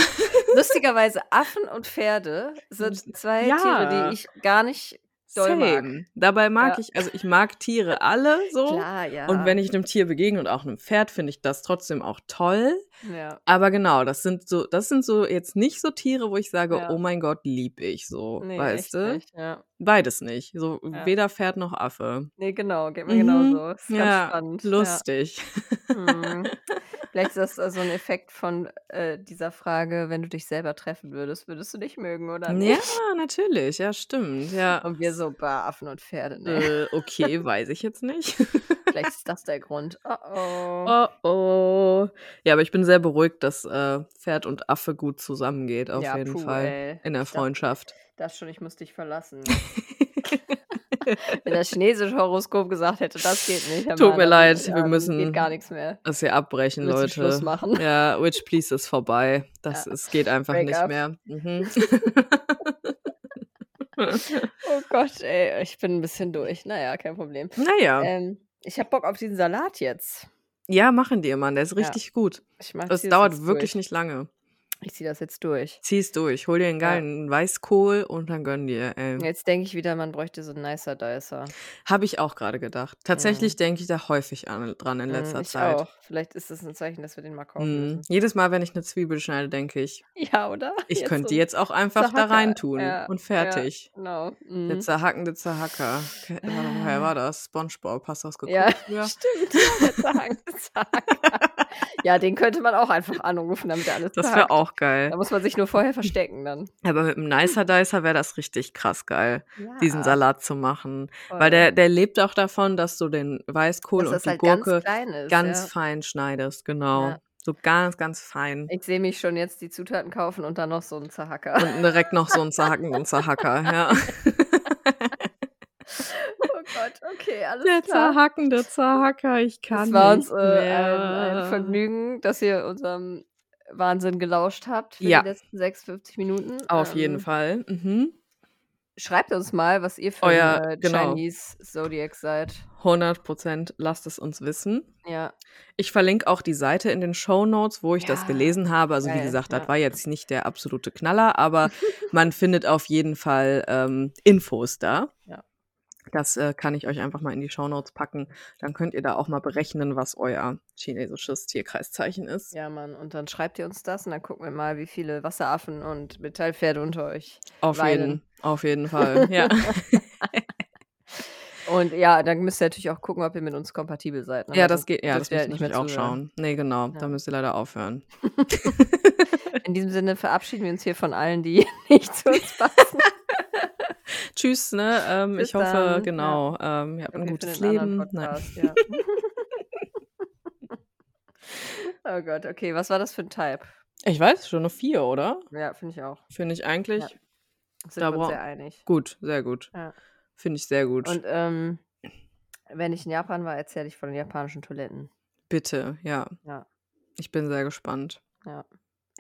Speaker 1: Lustigerweise, Affen und Pferde sind zwei
Speaker 2: Ja.
Speaker 1: Tiere, die ich gar nicht. doll mag.
Speaker 2: Same. Dabei mag
Speaker 1: Ja.
Speaker 2: ich, also ich mag Tiere alle so.
Speaker 1: Klar, ja.
Speaker 2: Und wenn ich einem Tier begegne und auch einem Pferd, finde ich das trotzdem auch toll.
Speaker 1: Ja,
Speaker 2: Aber genau, das sind so, das sind so jetzt nicht so Tiere, wo ich sage,
Speaker 1: Ja.
Speaker 2: oh mein Gott, lieb ich so,
Speaker 1: nee,
Speaker 2: Oh, weißt
Speaker 1: echt
Speaker 2: du?
Speaker 1: nicht. Ja.
Speaker 2: Beides nicht. So
Speaker 1: Ja.
Speaker 2: weder Pferd noch Affe.
Speaker 1: Nee, genau, geht mir
Speaker 2: Mhm.
Speaker 1: genauso. Ist ganz
Speaker 2: ja,
Speaker 1: spannend.
Speaker 2: lustig.
Speaker 1: Ja.
Speaker 2: Mhm.
Speaker 1: Hm. Vielleicht ist das so also ein Effekt von äh, dieser Frage, wenn du dich selber treffen würdest, würdest du dich mögen oder
Speaker 2: Ja,
Speaker 1: nicht?
Speaker 2: natürlich, ja, stimmt, ja.
Speaker 1: Und wir so, bah, Affen und Pferde, ne?
Speaker 2: Äh, okay, weiß ich jetzt nicht.
Speaker 1: Vielleicht ist das der Grund. Oh oh.
Speaker 2: oh oh. Ja, aber ich bin sehr beruhigt, dass äh, Pferd und Affe gut zusammengeht, auf
Speaker 1: ja,
Speaker 2: jeden
Speaker 1: puh,
Speaker 2: Fall.
Speaker 1: ey.
Speaker 2: In der
Speaker 1: Ich dachte
Speaker 2: Freundschaft.
Speaker 1: das schon, ich muss dich verlassen. Wenn das chinesische Horoskop gesagt hätte, das geht nicht. Herr
Speaker 2: Tut
Speaker 1: Mann,
Speaker 2: mir
Speaker 1: dann-
Speaker 2: leid, wir
Speaker 1: dann ähm,
Speaker 2: müssen-
Speaker 1: Geht gar nichts mehr.
Speaker 2: Dass wir abbrechen,
Speaker 1: Wir müssen
Speaker 2: Leute.
Speaker 1: Schluss machen.
Speaker 2: Ja, Witch Please ist vorbei. Das
Speaker 1: Ja.
Speaker 2: ist, geht einfach
Speaker 1: Break
Speaker 2: nicht
Speaker 1: up.
Speaker 2: mehr. Mhm.
Speaker 1: Oh Gott, ey, ich bin ein bisschen durch. Naja, kein Problem.
Speaker 2: naja.
Speaker 1: Ähm, ich habe Bock auf diesen Salat jetzt.
Speaker 2: Ja, machen dir, Mann. Der ist
Speaker 1: Ja.
Speaker 2: richtig gut.
Speaker 1: Ich mach
Speaker 2: Es
Speaker 1: zieh das
Speaker 2: dauert
Speaker 1: jetzt
Speaker 2: wirklich
Speaker 1: durch.
Speaker 2: nicht lange.
Speaker 1: Ich ziehe das jetzt durch.
Speaker 2: Zieh's durch. Hol dir einen
Speaker 1: Ja.
Speaker 2: geilen Weißkohl und dann gönn dir, ey.
Speaker 1: Jetzt denke ich wieder, man bräuchte so einen nicer Dicer.
Speaker 2: Habe ich auch gerade gedacht. Tatsächlich denke ich da häufig an, dran in letzter
Speaker 1: Hm, Mhm. ich
Speaker 2: Zeit.
Speaker 1: auch. Vielleicht ist das ein Zeichen, dass wir den mal kaufen
Speaker 2: Mhm.
Speaker 1: müssen.
Speaker 2: Jedes Mal, wenn ich eine Zwiebel schneide, denke ich,
Speaker 1: Ja, oder?
Speaker 2: ich
Speaker 1: Jetzt so
Speaker 2: könnte die
Speaker 1: ein
Speaker 2: jetzt auch einfach da
Speaker 1: Zahacker.
Speaker 2: reintun
Speaker 1: Ja,
Speaker 2: und
Speaker 1: ja,
Speaker 2: fertig.
Speaker 1: Genau. Mhm. Ah.
Speaker 2: Der zerhackende Zerhacker. Ke- warte, Woher war das? SpongeBob. Hast du das geguckt
Speaker 1: ja,
Speaker 2: früher?
Speaker 1: stimmt. Ja, der zerhackte Zahacker. ja, den könnte man auch einfach anrufen, damit er alles
Speaker 2: Das
Speaker 1: zerhackt.
Speaker 2: wäre auch
Speaker 1: Da
Speaker 2: geil.
Speaker 1: muss man sich nur vorher verstecken dann.
Speaker 2: Aber mit einem Nicer Dicer wäre das richtig krass geil,
Speaker 1: Ja,
Speaker 2: diesen Salat zu machen. Weil
Speaker 1: Ah. voll.
Speaker 2: der, der lebt auch davon, dass du den Weißkohl
Speaker 1: Dass
Speaker 2: und
Speaker 1: das
Speaker 2: die
Speaker 1: halt
Speaker 2: Gurke
Speaker 1: ganz klein ist.
Speaker 2: ganz
Speaker 1: ja.
Speaker 2: fein schneidest. Genau.
Speaker 1: Ja.
Speaker 2: So ganz, ganz fein.
Speaker 1: Ich sehe mich schon jetzt die Zutaten kaufen und dann noch so einen Zerhacker.
Speaker 2: Und direkt noch so ein Zerhacken und Zerhacker. Ja.
Speaker 1: Oh Gott, okay, alles
Speaker 2: Der
Speaker 1: klar.
Speaker 2: zerhackende Zerhacker, ich kann
Speaker 1: Es war uns äh,
Speaker 2: nicht
Speaker 1: ein,
Speaker 2: mehr.
Speaker 1: ein Vergnügen, dass ihr unserem Wahnsinn gelauscht habt für
Speaker 2: Ja.
Speaker 1: die letzten 56 Minuten.
Speaker 2: Auf jeden
Speaker 1: Ähm,
Speaker 2: Fall. Mhm.
Speaker 1: Schreibt uns mal, was ihr für
Speaker 2: Euer-
Speaker 1: ein äh,
Speaker 2: genau.
Speaker 1: Chinese Zodiac seid.
Speaker 2: 100 Prozent, lasst es uns wissen.
Speaker 1: Ja,
Speaker 2: Ich verlinke auch die Seite in den Show Notes, wo ich das
Speaker 1: Ja,
Speaker 2: gelesen habe. Also wie
Speaker 1: geil,
Speaker 2: gesagt, das
Speaker 1: ja.
Speaker 2: war jetzt nicht der absolute Knaller, aber man findet auf jeden Fall ähm, Infos da.
Speaker 1: Ja.
Speaker 2: Das äh, kann ich euch einfach mal in die Show Notes packen. Dann könnt ihr da auch mal berechnen, was euer chinesisches Tierkreiszeichen ist.
Speaker 1: ja, Mann. Und dann schreibt ihr uns das und dann gucken wir mal, wie viele Wasseraffen und Metallpferde unter euch.
Speaker 2: Auf jeden,
Speaker 1: Weinen.
Speaker 2: auf jeden Fall. Ja.
Speaker 1: Und ja, dann müsst ihr natürlich auch gucken, ob ihr mit uns kompatibel seid. ne?
Speaker 2: Ja,
Speaker 1: Weil
Speaker 2: das
Speaker 1: sonst
Speaker 2: geht, ja,
Speaker 1: dürft
Speaker 2: das
Speaker 1: ihr halt nicht
Speaker 2: müsst ihr
Speaker 1: mehr
Speaker 2: natürlich auch
Speaker 1: zuhören.
Speaker 2: schauen. Nee, genau,
Speaker 1: Ja.
Speaker 2: da müsst ihr leider aufhören.
Speaker 1: In diesem Sinne verabschieden wir uns hier von allen, die nicht zu uns passen.
Speaker 2: Tschüss, ne? Ähm,
Speaker 1: Bis
Speaker 2: ich hoffe,
Speaker 1: dann, ja.
Speaker 2: genau, ähm, ihr habt ein
Speaker 1: Wir
Speaker 2: gutes
Speaker 1: finden einen
Speaker 2: Leben.
Speaker 1: anderen
Speaker 2: Nein.
Speaker 1: Podcast, ja. oh Gott, okay, was war das für ein Type?
Speaker 2: Ich weiß, schon eine 4, oder?
Speaker 1: Ja, finde ich auch.
Speaker 2: Finde ich eigentlich
Speaker 1: Ja. Sind
Speaker 2: Da
Speaker 1: wir uns
Speaker 2: brau-
Speaker 1: sehr einig.
Speaker 2: gut, sehr gut.
Speaker 1: Ja.
Speaker 2: Finde ich sehr gut.
Speaker 1: Und ähm, wenn ich in Japan war, erzähle ich von den japanischen Toiletten.
Speaker 2: Bitte, ja.
Speaker 1: Ja.
Speaker 2: Ich bin sehr gespannt.
Speaker 1: Ich hab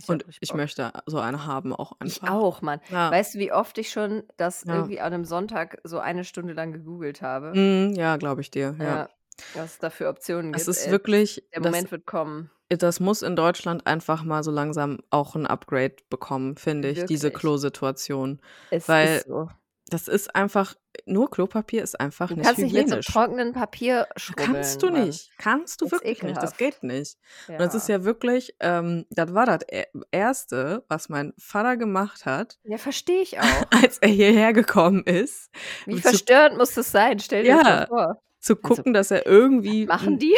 Speaker 2: Und
Speaker 1: richtig
Speaker 2: ich
Speaker 1: Bock.
Speaker 2: möchte so eine haben auch
Speaker 1: Ich
Speaker 2: einfach.
Speaker 1: auch, Mann.
Speaker 2: Ja.
Speaker 1: Weißt du, wie oft ich schon das
Speaker 2: Ja.
Speaker 1: irgendwie an einem Sonntag so eine Stunde lang gegoogelt habe?
Speaker 2: Mm, ja, glaube ich dir. Ja.
Speaker 1: Ja. Was es da für Optionen gibt.
Speaker 2: Es ist
Speaker 1: ey.
Speaker 2: wirklich,
Speaker 1: Der
Speaker 2: das,
Speaker 1: Moment wird kommen.
Speaker 2: das muss in Deutschland einfach mal so langsam auch ein Upgrade bekommen, finde ich, diese
Speaker 1: Wirklich.
Speaker 2: Klo-Situation.
Speaker 1: Es
Speaker 2: Weil-
Speaker 1: ist so.
Speaker 2: das ist einfach, nur Klopapier ist einfach
Speaker 1: Du
Speaker 2: nicht
Speaker 1: kannst nicht mit so
Speaker 2: hygienisch.
Speaker 1: trockenen Papier schrubbeln.
Speaker 2: Kannst du
Speaker 1: Mann.
Speaker 2: nicht. Kannst du
Speaker 1: Ist
Speaker 2: wirklich nicht. Das
Speaker 1: ekelhaft.
Speaker 2: geht nicht.
Speaker 1: Ja.
Speaker 2: Und das ist ja wirklich, ähm, das war das E- Erste, was mein Vater gemacht hat,
Speaker 1: Ja, verstehe ich auch.
Speaker 2: als er hierher gekommen ist,
Speaker 1: Wie
Speaker 2: Zu-
Speaker 1: verstörend muss das sein? Stell dir das
Speaker 2: Ja. Mhm.
Speaker 1: mal vor.
Speaker 2: zu gucken, dass er irgendwie
Speaker 1: Also, Machen die?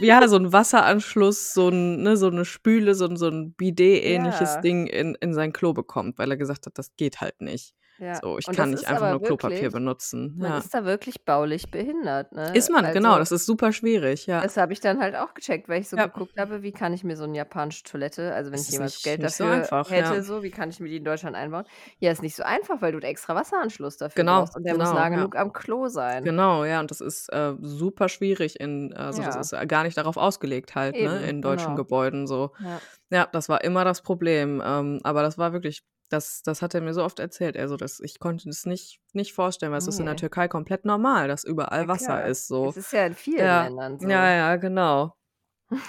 Speaker 2: ja, so ein Wasseranschluss, so, ein, ne, so eine Spüle, so ein, so ein Bidet-ähnliches
Speaker 1: Ja.
Speaker 2: Ding in, in sein Klo bekommt, weil er gesagt hat, das geht halt nicht.
Speaker 1: Ja.
Speaker 2: So, ich
Speaker 1: Und
Speaker 2: kann
Speaker 1: das
Speaker 2: nicht
Speaker 1: ist
Speaker 2: einfach
Speaker 1: aber
Speaker 2: nur Klopapier
Speaker 1: wirklich-
Speaker 2: benutzen.
Speaker 1: Man
Speaker 2: Ja.
Speaker 1: ist da wirklich baulich behindert. Ne?
Speaker 2: Ist man,
Speaker 1: Also,
Speaker 2: genau, das ist super schwierig, ja.
Speaker 1: Das habe ich dann halt auch gecheckt, weil ich so
Speaker 2: Ja.
Speaker 1: geguckt habe, wie kann ich mir so eine japanische Toilette, also wenn
Speaker 2: Das
Speaker 1: ich
Speaker 2: ist
Speaker 1: jemals
Speaker 2: nicht-
Speaker 1: Geld
Speaker 2: nicht so
Speaker 1: dafür
Speaker 2: einfach,
Speaker 1: hätte,
Speaker 2: ja.
Speaker 1: so wie kann ich mir die in Deutschland einbauen? Ja, ist nicht so einfach, weil du einen extra Wasseranschluss dafür
Speaker 2: Genau,
Speaker 1: brauchst und der muss
Speaker 2: genau,
Speaker 1: nah
Speaker 2: ja.
Speaker 1: genug am Klo sein.
Speaker 2: Genau, ja, und das ist äh, super schwierig in, also das
Speaker 1: Ja.
Speaker 2: ist äh, gar nicht darauf ausgelegt halt, ne,
Speaker 1: Eben,
Speaker 2: in deutschen
Speaker 1: genau.
Speaker 2: Gebäuden so.
Speaker 1: Ja.
Speaker 2: Ja, das war immer das Problem, ähm, aber das war wirklich, das, das hat er mir so oft erzählt, also das, ich konnte es nicht, nicht vorstellen, weil es ist in der
Speaker 1: Nee.
Speaker 2: Türkei komplett normal, dass überall
Speaker 1: Ja,
Speaker 2: Wasser
Speaker 1: klar.
Speaker 2: ist so.
Speaker 1: Es ist ja in vielen
Speaker 2: Ja.
Speaker 1: Ländern so.
Speaker 2: Ja, ja, genau.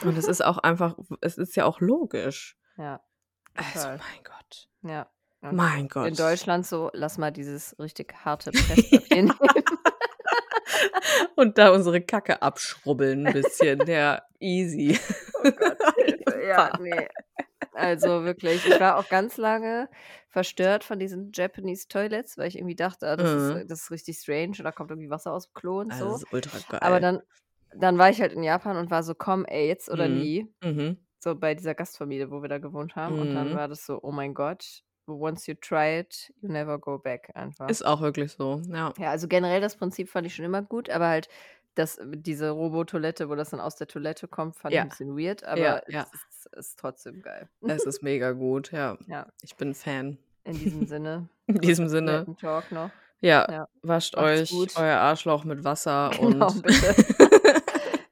Speaker 2: Und es ist auch einfach, es ist ja auch logisch.
Speaker 1: Ja,
Speaker 2: Also,
Speaker 1: Total.
Speaker 2: mein Gott.
Speaker 1: ja. Und
Speaker 2: Mein Oh Gott.
Speaker 1: In Deutschland so, lass mal dieses richtig harte Presspapier nehmen.
Speaker 2: Und da unsere Kacke abschrubbeln ein bisschen. ja, easy.
Speaker 1: Oh Gott, Hilfe. Ja, nee. Also wirklich, ich war auch ganz lange verstört von diesen Japanese Toilets, weil ich irgendwie dachte, ah, das,
Speaker 2: Mhm.
Speaker 1: ist, das ist richtig strange und da kommt irgendwie Wasser aus dem Klo und
Speaker 2: Also,
Speaker 1: so.
Speaker 2: das ist ultra geil.
Speaker 1: Aber dann, dann war ich halt in Japan und war so, komm, ey, jetzt oder
Speaker 2: Mhm.
Speaker 1: nie.
Speaker 2: Mhm.
Speaker 1: So bei dieser Gastfamilie, wo wir da gewohnt haben. Und dann
Speaker 2: Mhm.
Speaker 1: war das so, oh mein Gott, once you try it, you never go back einfach.
Speaker 2: Ist auch wirklich so. Ja.
Speaker 1: Ja, also generell das Prinzip fand ich schon immer gut, aber halt das, diese Robo-Toilette, wo das dann aus der Toilette kommt, fand
Speaker 2: Ja.
Speaker 1: ich ein bisschen weird, aber
Speaker 2: Ja, ja.
Speaker 1: Es, ist, ist trotzdem geil.
Speaker 2: Es ist mega gut. Ja.
Speaker 1: Ja.
Speaker 2: Ich bin Fan.
Speaker 1: In diesem Sinne.
Speaker 2: In diesem Sinne.
Speaker 1: Netten Talk noch.
Speaker 2: Ja.
Speaker 1: Ja.
Speaker 2: Wascht
Speaker 1: Macht's
Speaker 2: euch
Speaker 1: gut.
Speaker 2: euer Arschloch mit Wasser
Speaker 1: Genau,
Speaker 2: und.
Speaker 1: bitte.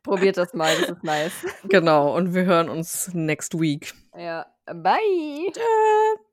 Speaker 1: Probiert das mal, das ist nice.
Speaker 2: genau. Und wir hören uns next week.
Speaker 1: Ja. Bye.
Speaker 2: Tschüss.